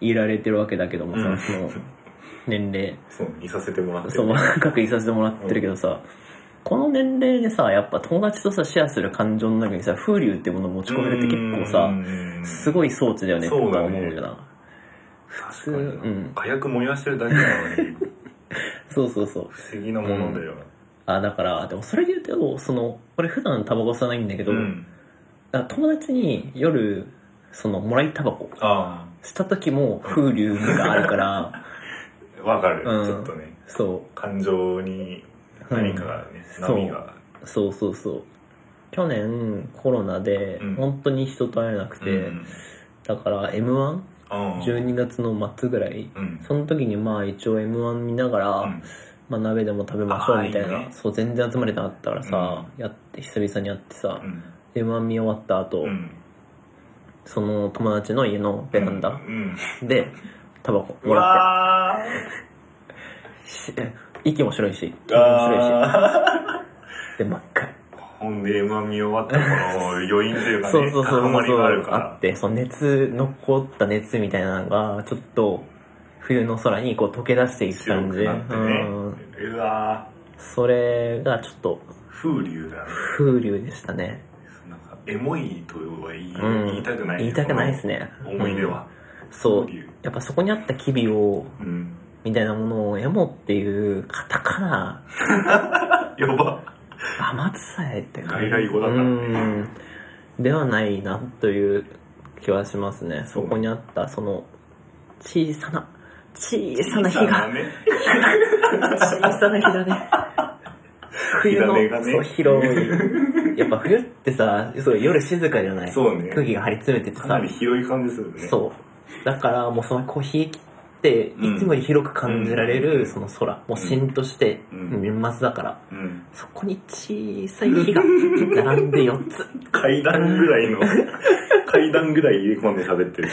[SPEAKER 2] いられてるわけだけどもさ、
[SPEAKER 3] うん
[SPEAKER 2] その、年 齢、
[SPEAKER 3] そういさせてもらってる
[SPEAKER 2] そう、若くいさせてもらってるけどさ、この年齢でさ、やっぱ友達とさ、シェアする感情の中にさ、風流ってものを持ち込めるって結構さ、
[SPEAKER 3] うん
[SPEAKER 2] すごい装置だよね、
[SPEAKER 3] そうだね
[SPEAKER 2] と思うよな。
[SPEAKER 3] 確
[SPEAKER 2] 通
[SPEAKER 3] かに、
[SPEAKER 2] うん
[SPEAKER 3] 火薬燃やしてるだけなのに
[SPEAKER 2] そうそうそう。
[SPEAKER 3] 不思議なものだよ、
[SPEAKER 2] あ、だから、でもそれで言うと、その、俺普段タバコ吸わないんだけど、
[SPEAKER 3] うん
[SPEAKER 2] だから友達に夜そのもらいタバコ
[SPEAKER 3] あ
[SPEAKER 2] した時も風流があるから
[SPEAKER 3] あわかる、
[SPEAKER 2] うん
[SPEAKER 3] ちょっとね
[SPEAKER 2] そ
[SPEAKER 3] 感情に何かがね、
[SPEAKER 2] うん
[SPEAKER 3] 波が
[SPEAKER 2] うそうそうそう去年コロナで
[SPEAKER 3] うん
[SPEAKER 2] 本当に人と会えなくて、
[SPEAKER 3] うん
[SPEAKER 2] だから m 1
[SPEAKER 3] ああ
[SPEAKER 2] 1 2月の末ぐらい
[SPEAKER 3] うん
[SPEAKER 2] その時にまあ一応 m 1見ながら、
[SPEAKER 3] うん
[SPEAKER 2] まあ、鍋でも食べましょうみたいな
[SPEAKER 3] あーいいね
[SPEAKER 2] そう全然集まれてなかったからさ、やって久々にやってさ、m 1見終わった後、
[SPEAKER 3] うん
[SPEAKER 2] その友達の家のベランダ
[SPEAKER 3] うん
[SPEAKER 2] でタバコ
[SPEAKER 3] う
[SPEAKER 2] もらって
[SPEAKER 3] わー
[SPEAKER 2] し 息も白いし、息も白い
[SPEAKER 3] あ
[SPEAKER 2] し、で、真っ赤い。
[SPEAKER 3] ーほんで、まあ見終わったこの余韻というかね、
[SPEAKER 2] そうそうそう
[SPEAKER 3] 高まり
[SPEAKER 2] そう
[SPEAKER 3] があるか
[SPEAKER 2] あ
[SPEAKER 3] ら
[SPEAKER 2] っ。て、その熱、残った熱みたいなのが、ちょっと、冬の空にこう溶け出していく
[SPEAKER 3] 強
[SPEAKER 2] 感じ。
[SPEAKER 3] くなってね
[SPEAKER 2] うん。
[SPEAKER 3] うわ
[SPEAKER 2] それがちょっと、
[SPEAKER 3] ー風流だね。
[SPEAKER 2] 風流でしたね。
[SPEAKER 3] なんか、エモいとは言い,、
[SPEAKER 2] うん
[SPEAKER 3] 言いたくない。
[SPEAKER 2] 言いたくないです
[SPEAKER 3] ね。
[SPEAKER 2] ね。
[SPEAKER 3] 思い出は。
[SPEAKER 2] うん。そう
[SPEAKER 3] 風流。
[SPEAKER 2] やっぱそこにあった機微を、
[SPEAKER 3] うん。
[SPEAKER 2] みたいなものを、エモっていう、カタカナ、
[SPEAKER 3] やば。
[SPEAKER 2] 甘つさえって感じ。
[SPEAKER 3] 外来語だからね
[SPEAKER 2] うん。ではないな、という気はしますね。そこにあった、その、小さな、小さな火が、
[SPEAKER 3] ね。
[SPEAKER 2] 小さな火だね。冬の、
[SPEAKER 3] 火種がね
[SPEAKER 2] そう、広い。やっぱ冬ってさ、そう夜静かじゃない。
[SPEAKER 3] そうね
[SPEAKER 2] 空気が張り詰めてて
[SPEAKER 3] か
[SPEAKER 2] さ
[SPEAKER 3] な、り広い感じするね。
[SPEAKER 2] そう。だからもうそのこう冷え切って、
[SPEAKER 3] うん
[SPEAKER 2] いつもより広く感じられ
[SPEAKER 3] う
[SPEAKER 2] る
[SPEAKER 3] ん
[SPEAKER 2] その空、もうしんとして、
[SPEAKER 3] うん
[SPEAKER 2] 年末だから、
[SPEAKER 3] う。うん。
[SPEAKER 2] そこに小さい火が並んで4つ。
[SPEAKER 3] 階段 ぐらいの、階段ぐらい入れ込んで喋ってる。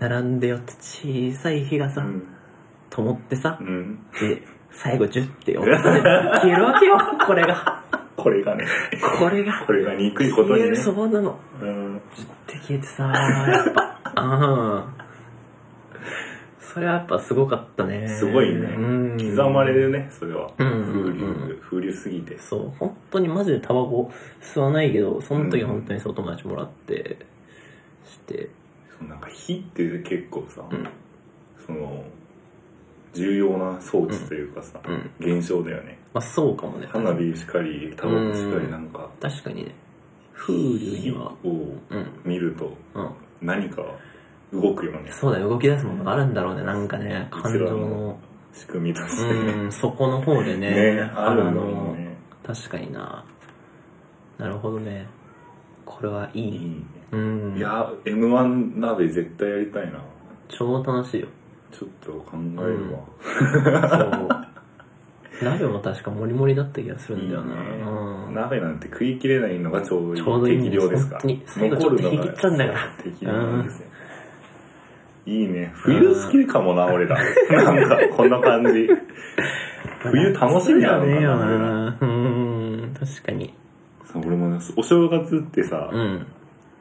[SPEAKER 2] 並んで4つ小さい火がさ、
[SPEAKER 3] うん。
[SPEAKER 2] と思ってさ
[SPEAKER 3] う、ん。
[SPEAKER 2] で、最後10って4つで消えるわ けよ、これが。
[SPEAKER 3] これがね、
[SPEAKER 2] これが。
[SPEAKER 3] これが憎いこと
[SPEAKER 2] 消
[SPEAKER 3] に
[SPEAKER 2] え
[SPEAKER 3] ね
[SPEAKER 2] る。そばなの。
[SPEAKER 3] うん。
[SPEAKER 2] 10って消えてさ、やっぱ。うん。それはやっぱすごかったね。
[SPEAKER 3] すごいね
[SPEAKER 2] うん。
[SPEAKER 3] 刻まれるね、それは。
[SPEAKER 2] う
[SPEAKER 3] 風
[SPEAKER 2] ん
[SPEAKER 3] 流、風流すぎて。
[SPEAKER 2] そう、本当にマジでタバコ吸わないけど、その時本当にそう友達もらって、して、
[SPEAKER 3] そうなんか火って結構さ、
[SPEAKER 2] うん、
[SPEAKER 3] その、重要な装置というかさ、
[SPEAKER 2] うん。
[SPEAKER 3] 現象だよね。
[SPEAKER 2] まあそうかもね。
[SPEAKER 3] 花火しかり、タバコしか
[SPEAKER 2] うん
[SPEAKER 3] り、なんか、
[SPEAKER 2] 確かにね。風流に
[SPEAKER 3] 火
[SPEAKER 2] は
[SPEAKER 3] を、
[SPEAKER 2] うん、
[SPEAKER 3] 見ると
[SPEAKER 2] うん。
[SPEAKER 3] 何か動くよね。
[SPEAKER 2] そうだよ、動き出すものがあるんだろうね、なんかね、感
[SPEAKER 3] うち
[SPEAKER 2] 情
[SPEAKER 3] らの
[SPEAKER 2] の。
[SPEAKER 3] 仕組みとしてね。
[SPEAKER 2] うん、そこの方でね。
[SPEAKER 3] ね、あるのね。
[SPEAKER 2] 確かにな。なるほどね。これはい
[SPEAKER 3] い
[SPEAKER 2] い。
[SPEAKER 3] ね。
[SPEAKER 2] うん。
[SPEAKER 3] いや、M1 鍋絶対やりたいな。
[SPEAKER 2] 超楽しいよ。
[SPEAKER 3] ちょっと考えるわ。
[SPEAKER 2] そう。鍋も確かモリモリだった気がするんだよな。うん。
[SPEAKER 3] 鍋なんて食い切れないのがちょうどいい。
[SPEAKER 2] ちょうどいいん
[SPEAKER 3] 適
[SPEAKER 2] です
[SPEAKER 3] 量ですから。
[SPEAKER 2] 本当に最後ちょっと引き切っちゃうんだから
[SPEAKER 3] そう適量なんですよ。いいね。冬好きかもな、俺ら。なん か、こんな感じ。冬楽しみなの
[SPEAKER 2] ね
[SPEAKER 3] か
[SPEAKER 2] えよ
[SPEAKER 3] な、俺ら。
[SPEAKER 2] な。うん。確かに。
[SPEAKER 3] そう俺もね、お正月ってさ、
[SPEAKER 2] うん。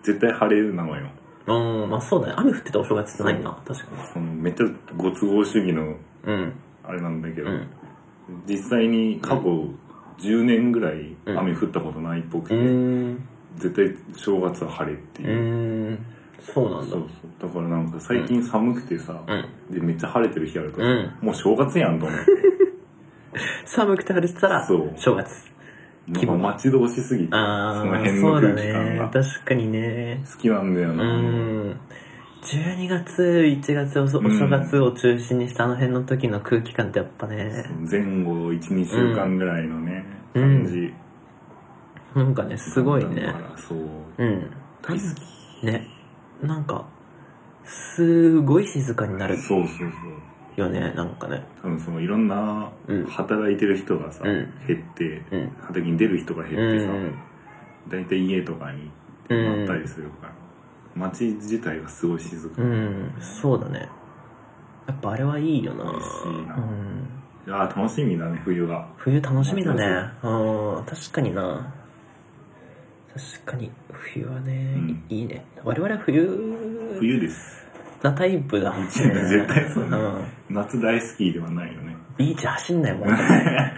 [SPEAKER 3] 絶対晴れるなのよ。
[SPEAKER 2] うん。まあそうだね。雨降ってたお正月じゃないな。確か
[SPEAKER 3] そのめっちゃご都合主義の
[SPEAKER 2] に。うん。
[SPEAKER 3] あれなんだけど、
[SPEAKER 2] うん。
[SPEAKER 3] 実際に過去10年ぐらい雨降ったことないっぽく
[SPEAKER 2] う
[SPEAKER 3] て、
[SPEAKER 2] ーん。
[SPEAKER 3] 絶対正月は晴れって
[SPEAKER 2] う
[SPEAKER 3] いう、
[SPEAKER 2] ーん。そうなんだ
[SPEAKER 3] そう。そうだからなんか最近寒くてさ、
[SPEAKER 2] うん。
[SPEAKER 3] でめっちゃ晴れてる日あるか
[SPEAKER 2] う
[SPEAKER 3] ら、
[SPEAKER 2] ん。
[SPEAKER 3] もう正月やんと 思って
[SPEAKER 2] 寒くて晴れてたら、
[SPEAKER 3] そう
[SPEAKER 2] 正月。
[SPEAKER 3] なんか待ち遠しすぎて
[SPEAKER 2] あ
[SPEAKER 3] その
[SPEAKER 2] あ、
[SPEAKER 3] 辺
[SPEAKER 2] そ
[SPEAKER 3] の
[SPEAKER 2] うだ
[SPEAKER 3] 空気感
[SPEAKER 2] ね
[SPEAKER 3] が。
[SPEAKER 2] 確かにね。
[SPEAKER 3] 好きなんだよ
[SPEAKER 2] う
[SPEAKER 3] な、
[SPEAKER 2] ん。12月、1月、おそお正月を中心にしたあの辺の時の空気感ってやっぱね、
[SPEAKER 3] 前後12週間ぐらいのね、
[SPEAKER 2] うん
[SPEAKER 3] 感じ
[SPEAKER 2] なんかね、すごいね
[SPEAKER 3] だか。らそう
[SPEAKER 2] うん。
[SPEAKER 3] 大好き
[SPEAKER 2] ね。なんか、すごい静かになる
[SPEAKER 3] そうそうそう
[SPEAKER 2] よね、なんかね。
[SPEAKER 3] 多分そのいろんな
[SPEAKER 2] うん
[SPEAKER 3] 働いてる人がさ、
[SPEAKER 2] うん
[SPEAKER 3] 減って、
[SPEAKER 2] うん。
[SPEAKER 3] 畑に出る人が減っ
[SPEAKER 2] う
[SPEAKER 3] てさ、
[SPEAKER 2] ん。
[SPEAKER 3] 大体家とかになったりするから、街自体がすごい静か
[SPEAKER 2] う
[SPEAKER 3] に
[SPEAKER 2] ん、そうだね。やっぱあれはいいよな。
[SPEAKER 3] 美味しいな
[SPEAKER 2] うん。
[SPEAKER 3] あー楽しみだね冬が
[SPEAKER 2] 冬楽しみだね。うん、確かにな。確かに、冬はね、
[SPEAKER 3] ん
[SPEAKER 2] いいね。我々は冬
[SPEAKER 3] 冬です
[SPEAKER 2] なタイプだもんね。
[SPEAKER 3] 絶対そうだね
[SPEAKER 2] ん。
[SPEAKER 3] 夏大好きではないよね
[SPEAKER 2] ビーチ走んないもん ね。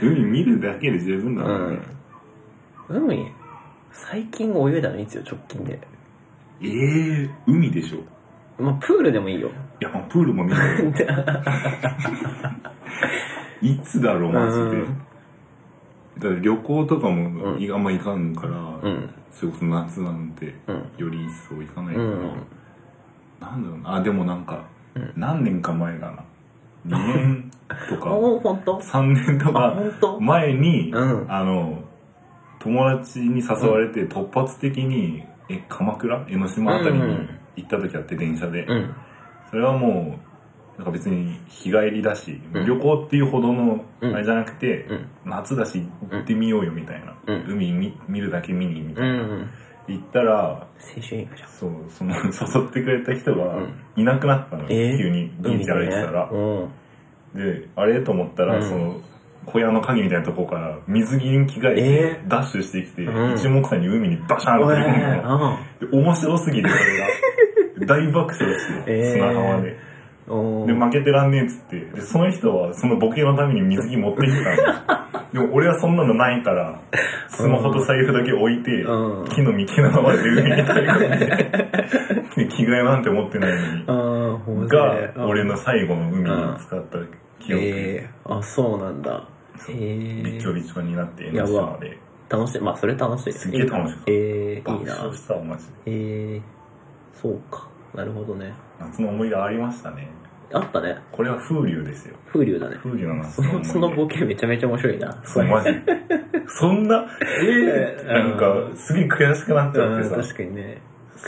[SPEAKER 3] 海見るだけで十分だ
[SPEAKER 2] う
[SPEAKER 3] もんね
[SPEAKER 2] ん、。海、最近泳いだのいつよ、直近で。
[SPEAKER 3] ええー、海でしょい
[SPEAKER 2] まあ、プールでもいいよ。
[SPEAKER 3] やまあプールも見ない よいつだろうマジで、
[SPEAKER 2] うん
[SPEAKER 3] だから旅行とかも
[SPEAKER 2] うん
[SPEAKER 3] いあんま行かんか
[SPEAKER 2] う
[SPEAKER 3] ら、
[SPEAKER 2] ん。
[SPEAKER 3] それこそ夏なんて
[SPEAKER 2] うん。
[SPEAKER 3] より一層行かないか
[SPEAKER 2] う
[SPEAKER 3] ら、
[SPEAKER 2] ん。
[SPEAKER 3] なんだろうなあでもなんか、
[SPEAKER 2] うん
[SPEAKER 3] 何年か前かな2年と
[SPEAKER 2] あ、
[SPEAKER 3] か
[SPEAKER 2] もうほんと
[SPEAKER 3] 3年と
[SPEAKER 2] あ、
[SPEAKER 3] か
[SPEAKER 2] ほんと
[SPEAKER 3] 前に、
[SPEAKER 2] うん
[SPEAKER 3] あの友達に誘われて突発的に、え鎌倉江ノ島あたり
[SPEAKER 2] うんう
[SPEAKER 3] に
[SPEAKER 2] ん
[SPEAKER 3] 行った時あって電車で、
[SPEAKER 2] うん。
[SPEAKER 3] それはもうなんか別に日帰りだし、
[SPEAKER 2] うん
[SPEAKER 3] 旅行っていうほどのあ
[SPEAKER 2] うん
[SPEAKER 3] れじゃなくて、
[SPEAKER 2] うん。
[SPEAKER 3] 夏だし行ってみようよみたいな、
[SPEAKER 2] うん
[SPEAKER 3] 海見見るだけ見にみた
[SPEAKER 2] う
[SPEAKER 3] いな、
[SPEAKER 2] ん。
[SPEAKER 3] 行ったら
[SPEAKER 2] 青春映画じゃん。
[SPEAKER 3] そうその 誘ってくれた人が
[SPEAKER 2] うん
[SPEAKER 3] いなくなったの、
[SPEAKER 2] えー
[SPEAKER 3] 急にビーチ歩いてたら、
[SPEAKER 2] うん。
[SPEAKER 3] で、あれと思ったら、
[SPEAKER 2] うん
[SPEAKER 3] その、小屋の影みたいなとこから水着に着替えて、
[SPEAKER 2] え
[SPEAKER 3] ダッシュしてきて、
[SPEAKER 2] うん
[SPEAKER 3] 一目散に海にバシャーン
[SPEAKER 2] お
[SPEAKER 3] っ
[SPEAKER 2] い
[SPEAKER 3] て飛び込んだの
[SPEAKER 2] うん。
[SPEAKER 3] で面白すぎて、それが。大爆笑して、
[SPEAKER 2] えー
[SPEAKER 3] 砂浜で。
[SPEAKER 2] お
[SPEAKER 3] で、負けてらんねえっつって。で、その人は、そのボケのために水着持ってきたの。で も俺はそんなのないから、スマホと財布だけ置いて、
[SPEAKER 2] うん
[SPEAKER 3] 木の幹のままで海に飛び込 んで、で着替えなんて持ってないのに。
[SPEAKER 2] ああ、ほんと
[SPEAKER 3] が、俺の最後の海に使った記憶。
[SPEAKER 2] ええあ、そうなんだ。ええ
[SPEAKER 3] びちょびちょになって、江
[SPEAKER 2] や
[SPEAKER 3] ノ
[SPEAKER 2] ば
[SPEAKER 3] 島で。
[SPEAKER 2] 楽しい。まあ、それ楽しい。
[SPEAKER 3] すっげえ楽しかった
[SPEAKER 2] ええいい
[SPEAKER 3] 爆
[SPEAKER 2] な
[SPEAKER 3] 笑。したわ、マジで。
[SPEAKER 2] ええそうか。なるほどね。
[SPEAKER 3] 夏の思い出ありましたね。
[SPEAKER 2] あったね。
[SPEAKER 3] これは風流ですよ。
[SPEAKER 2] 風流だね。
[SPEAKER 3] 風流の夏
[SPEAKER 2] そ
[SPEAKER 3] の思い
[SPEAKER 2] の、
[SPEAKER 3] 出。
[SPEAKER 2] そのボケめちゃめちゃ面白いな。
[SPEAKER 3] そう、マジ で。そんな、えー、なんか、すげえ悔しくなっちゃっ
[SPEAKER 2] う
[SPEAKER 3] て
[SPEAKER 2] ん、
[SPEAKER 3] さ。
[SPEAKER 2] 確かにね。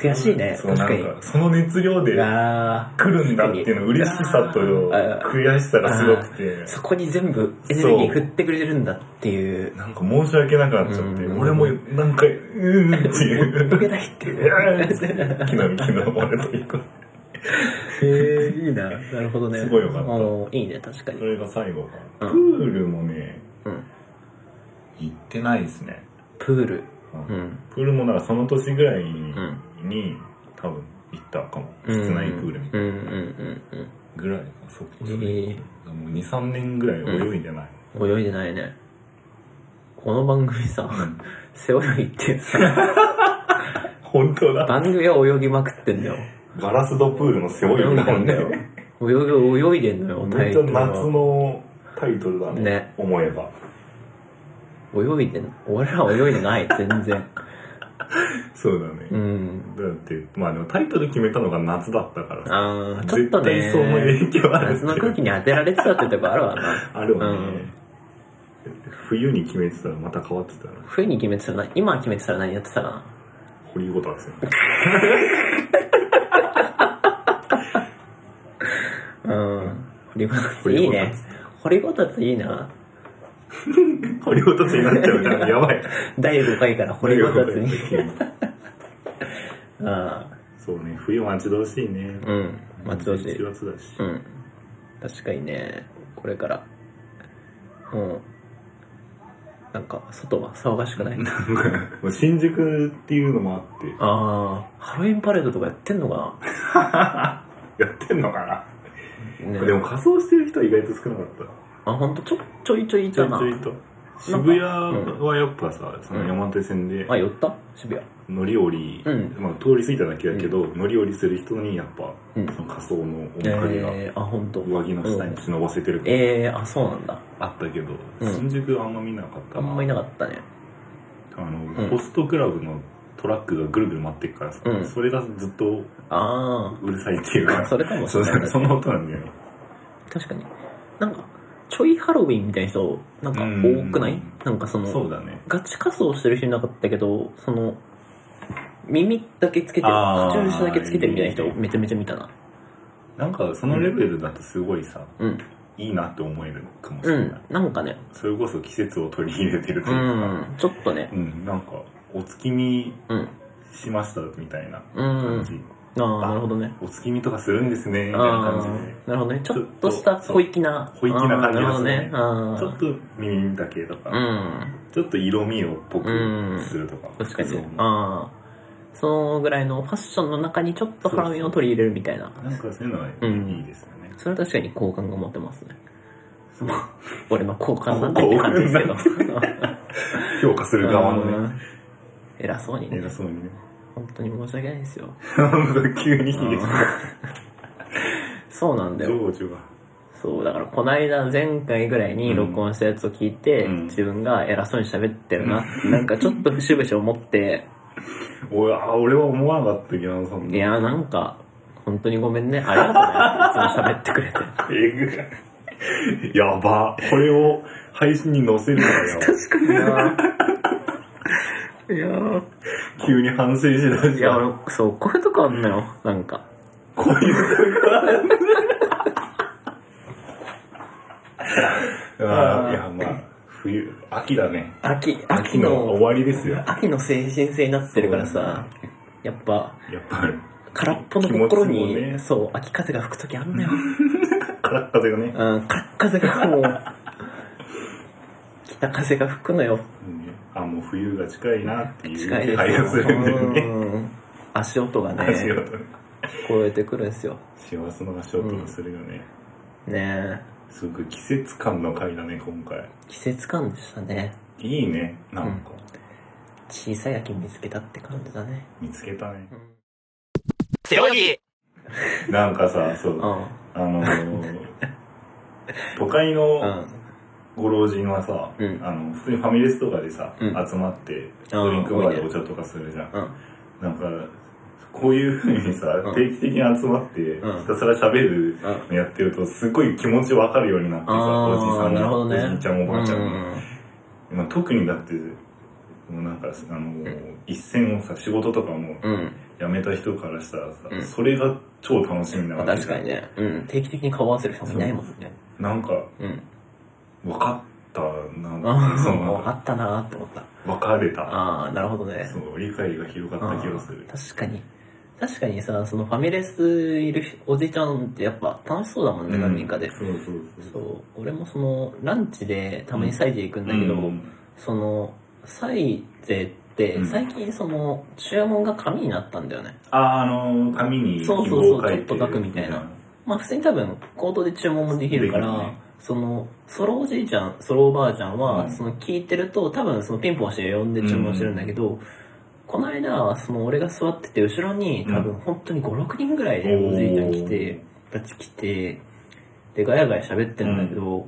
[SPEAKER 2] 悔しいね。
[SPEAKER 3] そう、
[SPEAKER 2] 確
[SPEAKER 3] な
[SPEAKER 2] か
[SPEAKER 3] ん
[SPEAKER 2] に。
[SPEAKER 3] か、その熱量で
[SPEAKER 2] ああ。
[SPEAKER 3] 来るんだっていうの嬉しさと
[SPEAKER 2] あー
[SPEAKER 3] 悔しさがすごくて、
[SPEAKER 2] そこに全部エネルギー振ってくれてるんだっていう。
[SPEAKER 3] なんか申し訳なくなっちゃって、
[SPEAKER 2] うん
[SPEAKER 3] 俺もなんか、うーんっていう。
[SPEAKER 2] ボケないっていう。
[SPEAKER 3] 昨日昨日俺と行く。
[SPEAKER 2] へ えいいな。なるほどね。
[SPEAKER 3] すごいよかった
[SPEAKER 2] おーいいね、確か
[SPEAKER 3] そ
[SPEAKER 2] に。
[SPEAKER 3] れが最後か。プ
[SPEAKER 2] うん
[SPEAKER 3] ールもね、
[SPEAKER 2] うん。
[SPEAKER 3] 行ってないですね。
[SPEAKER 2] プール。
[SPEAKER 3] う
[SPEAKER 2] う
[SPEAKER 3] ん
[SPEAKER 2] ん。
[SPEAKER 3] プールもなんかその年ぐらいに、
[SPEAKER 2] うん。
[SPEAKER 3] 多分行ったかも。室内プールみたい
[SPEAKER 2] うん
[SPEAKER 3] な
[SPEAKER 2] うんうん
[SPEAKER 3] ぐらいか。そっか。
[SPEAKER 2] うん。え
[SPEAKER 3] もう2、3年ぐらい泳いで ない。
[SPEAKER 2] ー、泳いでないね。この番組さ、背泳ぎっていう さ、
[SPEAKER 3] 本当だ。
[SPEAKER 2] 番組は泳ぎまくってんだよ。
[SPEAKER 3] ガラス戸プールの背泳ぎ
[SPEAKER 2] 泳い
[SPEAKER 3] だ
[SPEAKER 2] で
[SPEAKER 3] も
[SPEAKER 2] ん
[SPEAKER 3] ん
[SPEAKER 2] だ
[SPEAKER 3] ね。
[SPEAKER 2] よ。泳ぎ、泳いでんのよ、
[SPEAKER 3] めっちゃ
[SPEAKER 2] トルは
[SPEAKER 3] 夏のタイトルだね。
[SPEAKER 2] ね
[SPEAKER 3] 思えば。
[SPEAKER 2] 泳いでん、俺らは泳いでない、全然。
[SPEAKER 3] そうだね。
[SPEAKER 2] うん。
[SPEAKER 3] だって、まあでもタイトル決めたのが夏だったからさ。
[SPEAKER 2] ああ、ちょっとね。
[SPEAKER 3] 絶対その影響あるってい
[SPEAKER 2] 夏
[SPEAKER 3] う
[SPEAKER 2] の空気に当てられてたってとこあるわな。
[SPEAKER 3] あるわ
[SPEAKER 2] う
[SPEAKER 3] ね、
[SPEAKER 2] ん
[SPEAKER 3] 冬に決めてたらまた変わってたな。
[SPEAKER 2] 冬に決めてたらな、今決めてたら何やってたかな。
[SPEAKER 3] 堀ごたつよね。
[SPEAKER 2] うん。掘りごたつ
[SPEAKER 3] 掘り
[SPEAKER 2] いい
[SPEAKER 3] ごた
[SPEAKER 2] ね。掘りごたついいな。
[SPEAKER 3] 堀ごたつになっちゃうじゃん。やばい。
[SPEAKER 2] 第5回から掘りごたつに。あ
[SPEAKER 3] そうね、冬待ち遠しいね
[SPEAKER 2] あ、。うん。待ち遠しい。
[SPEAKER 3] 1月だし。
[SPEAKER 2] うん。確かにね、これから。もう、なんか、外は騒がしくない。あ
[SPEAKER 3] もう新宿っていうのもあって。
[SPEAKER 2] あー、ハロウィンパレードとかやってんのか
[SPEAKER 3] やってんのかな、
[SPEAKER 2] な、ね
[SPEAKER 3] でも仮装してる人は意外と少なかった。
[SPEAKER 2] あ、ほんと、ちょ、ちょいちょいい
[SPEAKER 3] ち
[SPEAKER 2] た
[SPEAKER 3] ょい
[SPEAKER 2] な
[SPEAKER 3] ちょ。いと。渋谷はやっぱさ、その山手線で
[SPEAKER 2] あ、寄った渋谷。
[SPEAKER 3] 乗り降り、
[SPEAKER 2] うん
[SPEAKER 3] まあ通り過ぎただけだけど、乗り降りする人にやっぱ、
[SPEAKER 2] うん
[SPEAKER 3] その仮装の面影が
[SPEAKER 2] えー、あ、ほんと。
[SPEAKER 3] 上着の下に忍ばせてる感
[SPEAKER 2] えー、あ、そうなんだ。
[SPEAKER 3] あったけど、
[SPEAKER 2] うん
[SPEAKER 3] 新宿あんま見なかった
[SPEAKER 2] あ
[SPEAKER 3] な。
[SPEAKER 2] んまいなかったね。
[SPEAKER 3] あの、
[SPEAKER 2] ん
[SPEAKER 3] ホストクラブのトラックがぐるぐる回ってくからさ、
[SPEAKER 2] うん
[SPEAKER 3] それがずっと
[SPEAKER 2] あ
[SPEAKER 3] うるさいっていう
[SPEAKER 2] あ、
[SPEAKER 3] か、
[SPEAKER 2] それかもし
[SPEAKER 3] そう
[SPEAKER 2] れ
[SPEAKER 3] そ
[SPEAKER 2] な
[SPEAKER 3] う
[SPEAKER 2] い。
[SPEAKER 3] その音なんだよね。
[SPEAKER 2] 確かに。なんか、ちょいハロウィンみたいな人、なんか多くな
[SPEAKER 3] う
[SPEAKER 2] い
[SPEAKER 3] ん
[SPEAKER 2] なんかその、
[SPEAKER 3] そうだね。
[SPEAKER 2] ガチ仮装してる人いなかったけど、その、耳だけつけてる、
[SPEAKER 3] あー
[SPEAKER 2] カチューシャだけつけてるみたいな人
[SPEAKER 3] いい、ね
[SPEAKER 2] めちゃめちゃ見たな。
[SPEAKER 3] なんかそのレベルだとすごいさ、
[SPEAKER 2] うん。
[SPEAKER 3] いいなって思えるかもし
[SPEAKER 2] う
[SPEAKER 3] れない
[SPEAKER 2] ん。。なんかね、
[SPEAKER 3] それこそ季節を取り入れてると
[SPEAKER 2] う
[SPEAKER 3] いうか、
[SPEAKER 2] ん。ちょっとね
[SPEAKER 3] う、ん、なんか、お月見
[SPEAKER 2] うん。
[SPEAKER 3] しましたみたいな
[SPEAKER 2] う
[SPEAKER 3] 感
[SPEAKER 2] ん
[SPEAKER 3] じ。。
[SPEAKER 2] ああ、なるほどね。
[SPEAKER 3] お月見とかするんですね、みたいな
[SPEAKER 2] あ
[SPEAKER 3] 感じで。
[SPEAKER 2] あ、なるほどね。ちょっとした小粋な。
[SPEAKER 3] 小粋な感じ
[SPEAKER 2] あー
[SPEAKER 3] がするね
[SPEAKER 2] なるほ
[SPEAKER 3] ち
[SPEAKER 2] ど
[SPEAKER 3] ょ
[SPEAKER 2] ね。
[SPEAKER 3] っと耳だけとか、
[SPEAKER 2] あー
[SPEAKER 3] ちょっと色味をっぽくするとか。
[SPEAKER 2] うん。確かに
[SPEAKER 3] そう
[SPEAKER 2] ね。ああ。そのぐらいのファッションの中にちょっとハロウィンを取り入れるみたいな。
[SPEAKER 3] なんかそういうのは
[SPEAKER 2] うん
[SPEAKER 3] いいですよね。
[SPEAKER 2] それは確かに好感が持てますね。
[SPEAKER 3] う
[SPEAKER 2] 俺の好感なんてって感じですけど。
[SPEAKER 3] 評価する側のね、
[SPEAKER 2] ね。偉そうにね
[SPEAKER 3] 偉。そうにね。
[SPEAKER 2] 本当に申し訳ないですよ。
[SPEAKER 3] なんか急に
[SPEAKER 2] あーそうなんだよ。
[SPEAKER 3] 情緒が。
[SPEAKER 2] そう、だからこの間前回ぐらいに録音したやつを聞いて、
[SPEAKER 3] うん
[SPEAKER 2] 自分が偉そうに喋ってるな、なんかちょっと節々思って、
[SPEAKER 3] 俺あ俺は思わなかったけど、そん
[SPEAKER 2] い
[SPEAKER 3] な。
[SPEAKER 2] や、なんか、本当にごめんね。ありがとうね。いつも喋ってくれて。
[SPEAKER 3] えぐ いやば。これを配信に載せるの よ。
[SPEAKER 2] いや ーいやー
[SPEAKER 3] 急に反省しだし
[SPEAKER 2] い
[SPEAKER 3] た
[SPEAKER 2] や、俺、そう、こういうとこあんのよ。なんか。
[SPEAKER 3] こういうことあーいや、まあ、冬、秋だね。
[SPEAKER 2] 秋、
[SPEAKER 3] 秋の終わりです よ。やっ
[SPEAKER 2] 秋の精神性になってるからさ、やっぱ、
[SPEAKER 3] ぱり、
[SPEAKER 2] 空っぽの心
[SPEAKER 3] 気持
[SPEAKER 2] に、
[SPEAKER 3] ちもね
[SPEAKER 2] そう、秋風が吹くときあんのよ。
[SPEAKER 3] 空っ風がね。
[SPEAKER 2] うん、空っ風がも う、北風が吹くのよ。
[SPEAKER 3] うんあ、もう冬が近いなっていう
[SPEAKER 2] 近い
[SPEAKER 3] 気
[SPEAKER 2] で
[SPEAKER 3] 配がす
[SPEAKER 2] すよ。
[SPEAKER 3] るんだよね。
[SPEAKER 2] うん足音がね、
[SPEAKER 3] 足
[SPEAKER 2] 聞
[SPEAKER 3] 音
[SPEAKER 2] こえてくるんですよ。
[SPEAKER 3] 幸せの足音がするよね。
[SPEAKER 2] ねえ
[SPEAKER 3] すごい季節感の回だね、今回。
[SPEAKER 2] 季節感でしたね。
[SPEAKER 3] いいね、なんか。
[SPEAKER 2] 小さい秋見つけたって感じだね。
[SPEAKER 3] 見つけたね。
[SPEAKER 1] セオリー
[SPEAKER 3] なんかさ、そうう、
[SPEAKER 2] ん。
[SPEAKER 3] あ
[SPEAKER 2] う
[SPEAKER 3] のー、都会の
[SPEAKER 2] ん。
[SPEAKER 3] ご老人はさ、
[SPEAKER 2] うん
[SPEAKER 3] あの普通にファミレスとかでさ、
[SPEAKER 2] うん
[SPEAKER 3] 集まって
[SPEAKER 2] あー
[SPEAKER 3] ドリンクバーで
[SPEAKER 2] 多いね
[SPEAKER 3] お茶とかするじゃん、
[SPEAKER 2] うん。
[SPEAKER 3] なんかこういう風にさ、
[SPEAKER 2] うん
[SPEAKER 3] 定期的に集まってひ
[SPEAKER 2] うん
[SPEAKER 3] たすら喋る
[SPEAKER 2] うん。
[SPEAKER 3] のやってるとすごい気持ちわかるようになってさ
[SPEAKER 2] あ
[SPEAKER 3] おじい
[SPEAKER 2] ー
[SPEAKER 3] さん
[SPEAKER 2] なる
[SPEAKER 3] が
[SPEAKER 2] ほどね
[SPEAKER 3] おじいちゃんおばあちゃんが、
[SPEAKER 2] う
[SPEAKER 3] まあ、特にだってもうなんかあのー、一線をさ仕事とかも
[SPEAKER 2] うんうん。
[SPEAKER 3] 辞めた人からしたらさ、
[SPEAKER 2] うん
[SPEAKER 3] それが超楽しみな
[SPEAKER 2] まあ
[SPEAKER 3] わけ
[SPEAKER 2] 確
[SPEAKER 3] じゃ
[SPEAKER 2] か
[SPEAKER 3] ん
[SPEAKER 2] にね。うん。定期的に顔合わせる人もいないもんね。
[SPEAKER 3] なんか
[SPEAKER 2] うん。
[SPEAKER 3] 分かったな
[SPEAKER 2] あ
[SPEAKER 3] そ
[SPEAKER 2] あ、もうあ
[SPEAKER 3] の
[SPEAKER 2] ったなーって思った。
[SPEAKER 3] 分かれた
[SPEAKER 2] ああ、なるほどね。
[SPEAKER 3] そう理解が広がった気がする
[SPEAKER 2] あー確かに。確かにさ、そのファミレスいる人おじいちゃんってやっぱ楽しそうだもんね、何人かで。
[SPEAKER 3] そうそう
[SPEAKER 2] そ
[SPEAKER 3] そう。
[SPEAKER 2] う、俺もその、ランチでたまにサイゼ行くんだけど、
[SPEAKER 3] うん
[SPEAKER 2] その、サイゼって
[SPEAKER 3] うん
[SPEAKER 2] 最近その、注文が紙になったんだよね。
[SPEAKER 3] あ、あの、紙に希望
[SPEAKER 2] そうそうそう
[SPEAKER 3] 書いて
[SPEAKER 2] ちょっと書くみたいな。まあ普通に多分、口頭で注文もできるから、
[SPEAKER 3] できるね
[SPEAKER 2] その、ソロおじいちゃん、ソロおばあちゃんは、
[SPEAKER 3] うん
[SPEAKER 2] その聞いてると、多分そのピンポンして呼んで注文してるんだけど、この間はその俺が座ってて、後ろに多分本当に5、6人ぐらいおじいちゃん来て、たち来て、で、ガヤガヤ喋ってるんだけど、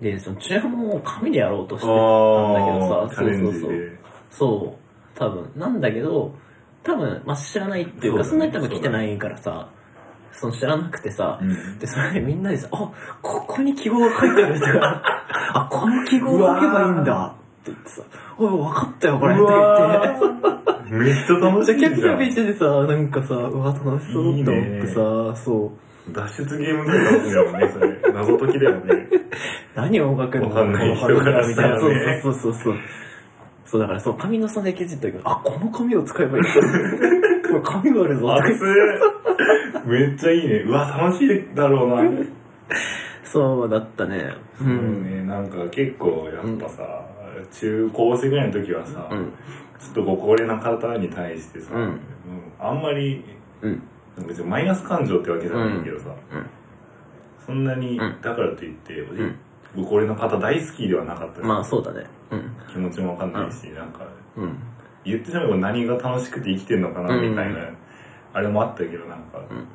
[SPEAKER 2] で、その注文を紙でやろうとしてたんだけど
[SPEAKER 3] ああ、
[SPEAKER 2] さ、
[SPEAKER 3] チ
[SPEAKER 2] そ
[SPEAKER 3] ャ
[SPEAKER 2] う
[SPEAKER 3] レン
[SPEAKER 2] そう
[SPEAKER 3] ジ
[SPEAKER 2] そう。
[SPEAKER 3] で。
[SPEAKER 2] そう。多分。なんだけど、多分、まあ、知らないっていうか、
[SPEAKER 3] そ
[SPEAKER 2] そ
[SPEAKER 3] うんだ
[SPEAKER 2] な
[SPEAKER 3] ね
[SPEAKER 2] に多分来てないからさ、その知らなくてさ、
[SPEAKER 3] うん
[SPEAKER 2] で、それでみんなでさ、あ、ここに記号が書いてあるとか、 あ、この記号を書けばいいん
[SPEAKER 3] う
[SPEAKER 2] だ
[SPEAKER 3] わ
[SPEAKER 2] って言ってさ、おい、分かったよ、これ。
[SPEAKER 3] う
[SPEAKER 2] とか言
[SPEAKER 3] わ
[SPEAKER 2] って。
[SPEAKER 3] ーめっちゃ楽し
[SPEAKER 2] じゃ
[SPEAKER 3] い
[SPEAKER 2] キ
[SPEAKER 3] じゃ
[SPEAKER 2] ャピキャピして
[SPEAKER 3] ん
[SPEAKER 2] てさ、なんかさ、うわ、楽しそうって思ってさ、
[SPEAKER 3] い
[SPEAKER 2] そう。
[SPEAKER 3] 脱出ゲームゲームだもんねそれ謎解きだよね
[SPEAKER 2] 何を音くの
[SPEAKER 3] わかんない人からしたらね
[SPEAKER 2] そうそうそうそうそう。そうだからそう、紙のそのでケジって言ったけど、あ、この紙を使えばいいの この紙があるぞとか言って。
[SPEAKER 3] 熱 いめっちゃいいねうわ楽しいだろうな
[SPEAKER 2] そうだったね。う。
[SPEAKER 3] うんねなんか結構やっぱさ、中高生ぐらいの時はさ、
[SPEAKER 2] うん。
[SPEAKER 3] ちょっとご高齢な方に対してさ、
[SPEAKER 2] うん
[SPEAKER 3] うんあんまり
[SPEAKER 2] うん。
[SPEAKER 3] 別にマイナス感情ってわけじゃないけどさ、
[SPEAKER 2] うんうん
[SPEAKER 3] そんなに
[SPEAKER 2] うん
[SPEAKER 3] だからといって、
[SPEAKER 2] ん
[SPEAKER 3] ご高齢の方大好きではなかったし、
[SPEAKER 2] まあそうだね。うん。
[SPEAKER 3] 気持ちもわかんないし、なんか
[SPEAKER 2] うん。
[SPEAKER 3] 言ってしまえば何が楽しくて生きてんのかなみたいな、
[SPEAKER 2] う
[SPEAKER 3] あれもあったけどなんか、
[SPEAKER 2] ん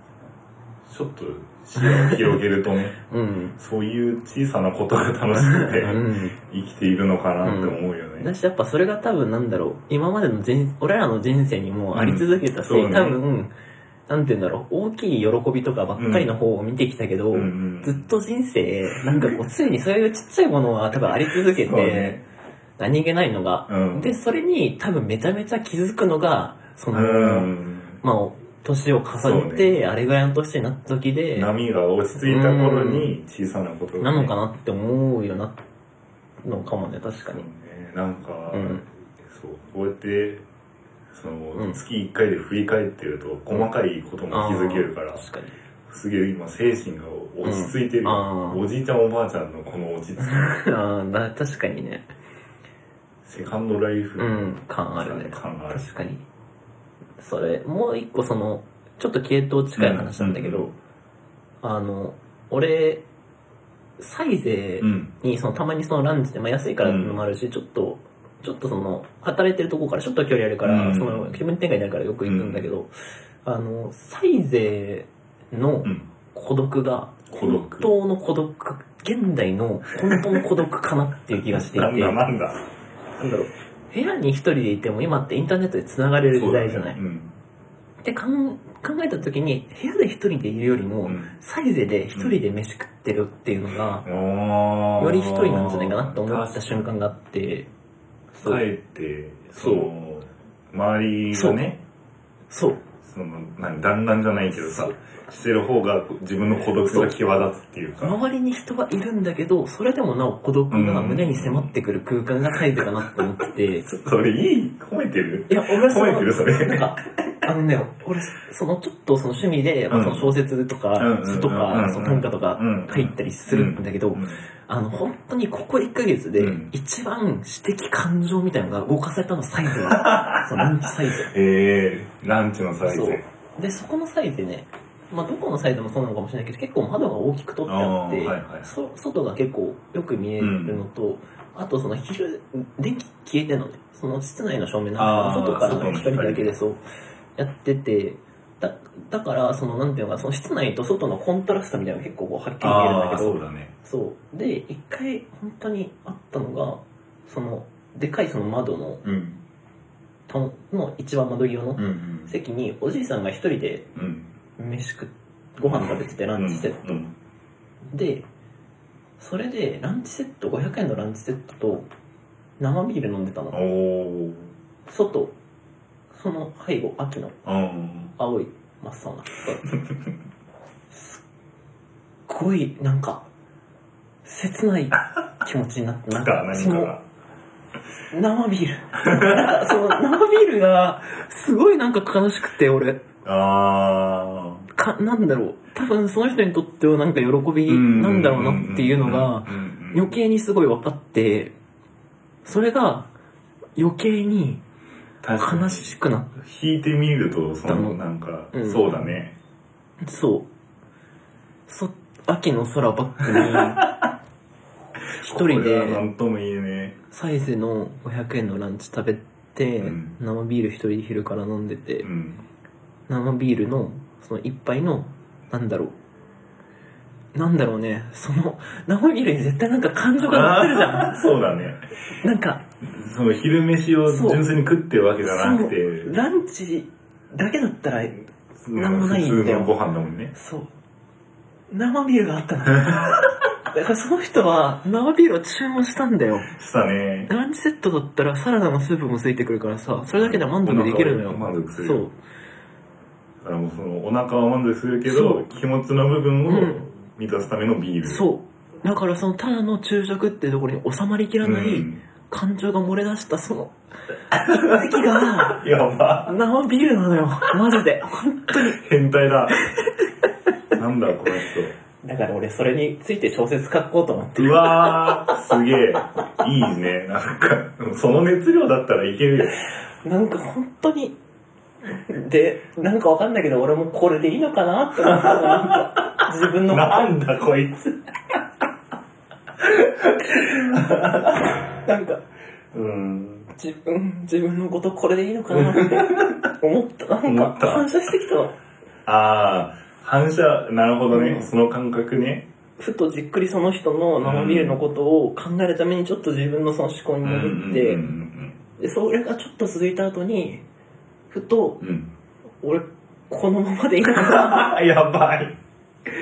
[SPEAKER 3] ちょっと視野を広げるとね
[SPEAKER 2] うん。
[SPEAKER 3] そういう小さなことが楽しく て
[SPEAKER 2] うん
[SPEAKER 3] 生きているのかなって思うよね、
[SPEAKER 2] だしやっぱそれが多分なんだろう、今までの人、俺らの人生にもあり続けたし、
[SPEAKER 3] うんそうね
[SPEAKER 2] 多分、なんて言うんだろう、大きい喜びとかばっかりの方を見てきたけど、
[SPEAKER 3] うんうん
[SPEAKER 2] ずっと人生、なんかこう、常にそういうちっちゃいものは多分あり続け
[SPEAKER 3] そう
[SPEAKER 2] て、
[SPEAKER 3] ね
[SPEAKER 2] 何気ないのが、
[SPEAKER 3] うん
[SPEAKER 2] で、それに多分めちゃめちゃ気づくのが、その、
[SPEAKER 3] うん
[SPEAKER 2] まあ、年を重ね
[SPEAKER 3] そう
[SPEAKER 2] て、あれぐらいの年になった時で、
[SPEAKER 3] 波が落ち着いた頃に小さなことが
[SPEAKER 2] な
[SPEAKER 3] ね、
[SPEAKER 2] のかなって思うようなのかもね、確かに。
[SPEAKER 3] ねなんか、
[SPEAKER 2] うん
[SPEAKER 3] そうこうやってその、
[SPEAKER 2] うん
[SPEAKER 3] 月1回で振り返ってると細かいことも気づけるから
[SPEAKER 2] あー確かに。
[SPEAKER 3] すげえ今精神が落ち着いてる、
[SPEAKER 2] うんあー
[SPEAKER 3] おじいちゃんおばあちゃんのこの落ち着き
[SPEAKER 2] あーな確かにね。
[SPEAKER 3] セカンドライフ、
[SPEAKER 2] うん、感あるね。
[SPEAKER 3] 感がある
[SPEAKER 2] 確かに。それ、もう一個その、ちょっと系統近い話なんだけど、
[SPEAKER 3] うん
[SPEAKER 2] あの、俺、サイゼ
[SPEAKER 3] うん
[SPEAKER 2] に、その、たまにそのランチで、まあ安いからっていうのもあるし、ちょっと、ちょっとその、働いてるとこからちょっと距離あるから、
[SPEAKER 3] うん
[SPEAKER 2] その、気分転換になるからよく行くんだけど、あの、サイゼの
[SPEAKER 3] うん
[SPEAKER 2] 孤独が、
[SPEAKER 3] 孤独
[SPEAKER 2] 本当の孤独か、現代の本当の孤独かなっていう気がしてい
[SPEAKER 3] なん
[SPEAKER 2] て、
[SPEAKER 3] だなんだ
[SPEAKER 2] なんだろう、部屋に一人でいても今ってインターネットで繋がれる時代じゃない。
[SPEAKER 3] そうだねうん
[SPEAKER 2] でかん考えた時に、部屋で一人でいるよりも、
[SPEAKER 3] うん
[SPEAKER 2] サイゼで一人で飯食ってるっていうのが、
[SPEAKER 3] あー
[SPEAKER 2] より一人なんじゃないかなって思った瞬間があって、そう。
[SPEAKER 3] 帰ってそ
[SPEAKER 2] そう
[SPEAKER 3] の周りがね
[SPEAKER 2] そう。
[SPEAKER 3] その何団らんじゃないけどさしてる方が自分の孤独さが際立つっていうか
[SPEAKER 2] 周りに人はいるんだけど、それでもなお孤独が胸に迫ってくる空間がサイゼかなって思って て、
[SPEAKER 3] ちょっとそれいい褒めてる
[SPEAKER 2] いや、俺はそ
[SPEAKER 3] 褒
[SPEAKER 2] の
[SPEAKER 3] めてるそれ
[SPEAKER 2] なんか、あのね、俺、そのちょっとその趣味で、
[SPEAKER 3] うん
[SPEAKER 2] その小説とか
[SPEAKER 3] うん、
[SPEAKER 2] 詩と
[SPEAKER 3] う
[SPEAKER 2] か、
[SPEAKER 3] ん
[SPEAKER 2] その短歌とか
[SPEAKER 3] うん
[SPEAKER 2] 書いたりするんだけど、あの、本当にここ1ヶ月で
[SPEAKER 3] うん、
[SPEAKER 2] 一番私的感情みたいなのが動かされたのサ イズだ。そう、人気サイズ。
[SPEAKER 3] えー、ランチのサイズ
[SPEAKER 2] そうで、そこのサイズね、まあ、どこのサイズもそうなのかもしれないけど、結構窓が大きく取ってあって、
[SPEAKER 3] あーはいはい
[SPEAKER 2] そ外が結構よく見えるのと、あとその昼、電気消えてんのね、その室内の照明なん
[SPEAKER 3] あ
[SPEAKER 2] か
[SPEAKER 3] ー
[SPEAKER 2] 外からの
[SPEAKER 3] 外の
[SPEAKER 2] 光
[SPEAKER 3] 光
[SPEAKER 2] だけでそう、やってて、だだから、その、なんていうのか、その室内と外のコントラストみたいなのが結構こうはっきり見えるんだ
[SPEAKER 3] ああ
[SPEAKER 2] けど、
[SPEAKER 3] そうだね
[SPEAKER 2] そう。で、一回本当にあったのが、その、でかいその窓の、
[SPEAKER 3] うん
[SPEAKER 2] とんの一番窓際の
[SPEAKER 3] うんうん
[SPEAKER 2] 席に、おじいさんが一人で
[SPEAKER 3] うん
[SPEAKER 2] 飯食っ、ご飯食べててランチセット。
[SPEAKER 3] うん
[SPEAKER 2] で、それでランチセット、500円のランチセットと、生ビール飲んでた
[SPEAKER 3] お
[SPEAKER 2] の。
[SPEAKER 3] お
[SPEAKER 2] 外、その背後、秋の
[SPEAKER 3] うん
[SPEAKER 2] 青い真っ 青な。すっごい、なんか、切ない気持ちになって、なん
[SPEAKER 3] だから
[SPEAKER 2] か、
[SPEAKER 3] 何
[SPEAKER 2] そ
[SPEAKER 3] か
[SPEAKER 2] の、
[SPEAKER 3] が
[SPEAKER 2] 生ビール。なんかその生ビールが、すごいなんか悲しくて、俺。
[SPEAKER 3] あ
[SPEAKER 2] か、なんだろう。多分その人にとってはなんか喜び
[SPEAKER 3] あ
[SPEAKER 2] な
[SPEAKER 3] な
[SPEAKER 2] んだろうなっていうのが、余計にすごい分かって、それが余計に悲しくなっ
[SPEAKER 3] 引いてみるとそ
[SPEAKER 2] だも
[SPEAKER 3] の
[SPEAKER 2] ん
[SPEAKER 3] なんか、
[SPEAKER 2] うん
[SPEAKER 3] そうだね
[SPEAKER 2] そう。そ、秋の空バック に、一人
[SPEAKER 3] これは
[SPEAKER 2] で
[SPEAKER 3] なんとも言えね
[SPEAKER 2] サイズの500円のランチ食べて、
[SPEAKER 3] うん
[SPEAKER 2] 生ビール一人で昼から飲んでて、
[SPEAKER 3] えうん
[SPEAKER 2] 生ビールの、その一杯の、なんだろう。なんだろうね、その、生ビールに絶対なんか感情が乗ってるじゃ
[SPEAKER 3] あーそうだね
[SPEAKER 2] ん。なんか、
[SPEAKER 3] その昼飯を純粋に食ってるわけじゃなくて、
[SPEAKER 2] そうランチだけだったら、
[SPEAKER 3] うん
[SPEAKER 2] なんもないんだよ
[SPEAKER 3] 普通のご飯だもんね。
[SPEAKER 2] そう。生ビールがあったの。 だからその人は生ビールを注文したんだよ。
[SPEAKER 3] したね。
[SPEAKER 2] ランチセットだったらサラダもスープもついてくるからさ、それだけで満足できるのよ。
[SPEAKER 3] お腹は満足する
[SPEAKER 2] そう。
[SPEAKER 3] だからもうそのお腹は満足するけ
[SPEAKER 2] そ
[SPEAKER 3] ど
[SPEAKER 2] う、
[SPEAKER 3] 気持ちの部分
[SPEAKER 2] う
[SPEAKER 3] を
[SPEAKER 2] ん
[SPEAKER 3] 満たすためのビール。
[SPEAKER 2] そう。だからそのただの昼食ってところに収まりきらない
[SPEAKER 3] うん
[SPEAKER 2] 感情が漏れ出したその、一滴が
[SPEAKER 3] やば。
[SPEAKER 2] 生ビールな のよ。マジで。
[SPEAKER 3] 変態だ。なんだこの人。
[SPEAKER 2] だから俺それについて小説書こうと思って。
[SPEAKER 3] うわー、すげえ。いいね。なんか、その熱量だったらいけるよ。
[SPEAKER 2] なんか本当に、で、なんかわかんないけど俺もこれでいいのかなって思ったのなんか自分の
[SPEAKER 3] なんだこいつ。
[SPEAKER 2] なんか、
[SPEAKER 3] うん。
[SPEAKER 2] 自分、自分のことこれでいいのかなって思った。なん
[SPEAKER 3] 思っ
[SPEAKER 2] か、
[SPEAKER 3] た
[SPEAKER 2] 反射してきたの。
[SPEAKER 3] あー、反射、なるほどね。
[SPEAKER 2] うん
[SPEAKER 3] その感覚ね。
[SPEAKER 2] ふとじっくりその人の生ビールのことを考えるためにちょっと自分のその思考に戻っ
[SPEAKER 3] う
[SPEAKER 2] て、
[SPEAKER 3] ん
[SPEAKER 2] で、それがちょっと続いた後に、ふと、
[SPEAKER 3] うんうんうん。
[SPEAKER 2] 俺、このままでいいのかな
[SPEAKER 3] あー、 やばい。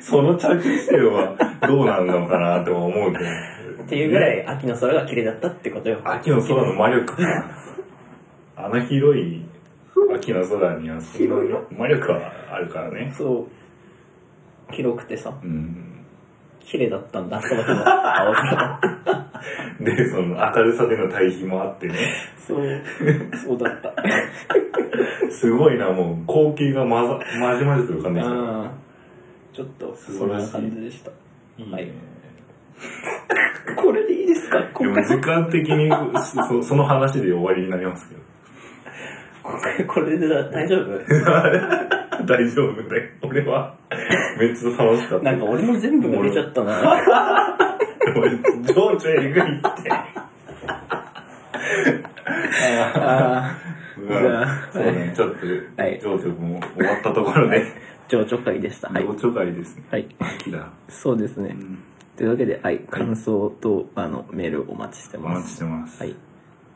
[SPEAKER 3] その着地点はどうなんのかなとは思うけど。
[SPEAKER 2] っていうぐらい秋の空が綺麗だったってことよ。
[SPEAKER 3] 秋の空の魔力か。 あの広い秋の空にはその魔力はあるからね。
[SPEAKER 2] そう。広くてさ、
[SPEAKER 3] うん。
[SPEAKER 2] 綺麗だったんだ、その日の 青空。
[SPEAKER 3] で、その明るさでの対比もあってね。
[SPEAKER 2] そう、そうだった。
[SPEAKER 3] すごいな、もう光景がまざ、まじまじと浮かんできた。
[SPEAKER 2] うん。ちょっと、そんな感じでした。
[SPEAKER 3] いいね
[SPEAKER 2] はいこれでいいですか
[SPEAKER 3] で
[SPEAKER 2] 今
[SPEAKER 3] も
[SPEAKER 2] 回
[SPEAKER 3] 時間的にそ その話で終わりになりますけど。
[SPEAKER 2] 今回これで 大丈夫
[SPEAKER 3] 大丈夫だよ。俺は、めっちゃ楽しかった。
[SPEAKER 2] なんか俺も全部が出ちゃったな。
[SPEAKER 3] 俺、情緒えぐ いって。
[SPEAKER 2] あ
[SPEAKER 3] うん
[SPEAKER 2] じゃあ
[SPEAKER 3] そうね、ちょっ
[SPEAKER 2] はい
[SPEAKER 3] と、情緒も終わったところで、
[SPEAKER 2] あ、情緒会でした。はい。
[SPEAKER 3] 情緒会ですね。
[SPEAKER 2] はい。
[SPEAKER 3] 秋だ。
[SPEAKER 2] そうです
[SPEAKER 3] う
[SPEAKER 2] ね。
[SPEAKER 3] ん
[SPEAKER 2] というわけで、はい。感想と、あの、メールお待ちして
[SPEAKER 3] お
[SPEAKER 2] ま
[SPEAKER 3] 待ちし
[SPEAKER 2] す。
[SPEAKER 3] てます。
[SPEAKER 2] はい。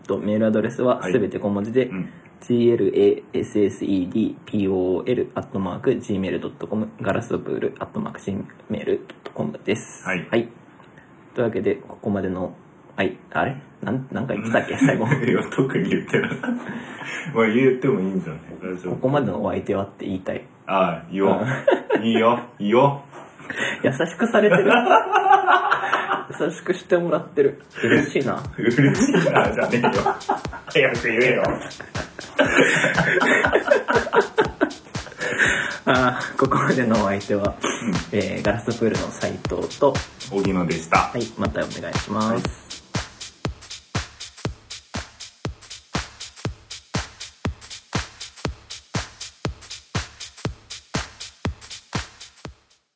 [SPEAKER 2] と、メールアドレスは
[SPEAKER 3] はい
[SPEAKER 2] すべて小文字で
[SPEAKER 3] う、ん。
[SPEAKER 2] glassespol.gmail.com ガラスドプール .gmail.com です。
[SPEAKER 3] はい
[SPEAKER 2] というわけで、ここまでの、はい、あれなん、なんか言ってたっ け最後。
[SPEAKER 3] いや、特に言ってなかった。まあ言ってもいいんじゃない大丈
[SPEAKER 2] こ
[SPEAKER 3] 夫。
[SPEAKER 2] こまでのお相手はって言いたい。
[SPEAKER 3] ああ、いいよ。いいよ。いいよ。
[SPEAKER 2] 優しくされてる。 優しくしてもらってる。嬉しいな。
[SPEAKER 3] 嬉しいな、じゃねえよ。早く言えよ。
[SPEAKER 2] あーここまでのお相手は、えーガラスプールの斉藤と、
[SPEAKER 3] 荻野でした。
[SPEAKER 2] はい、またお願いします。
[SPEAKER 3] はい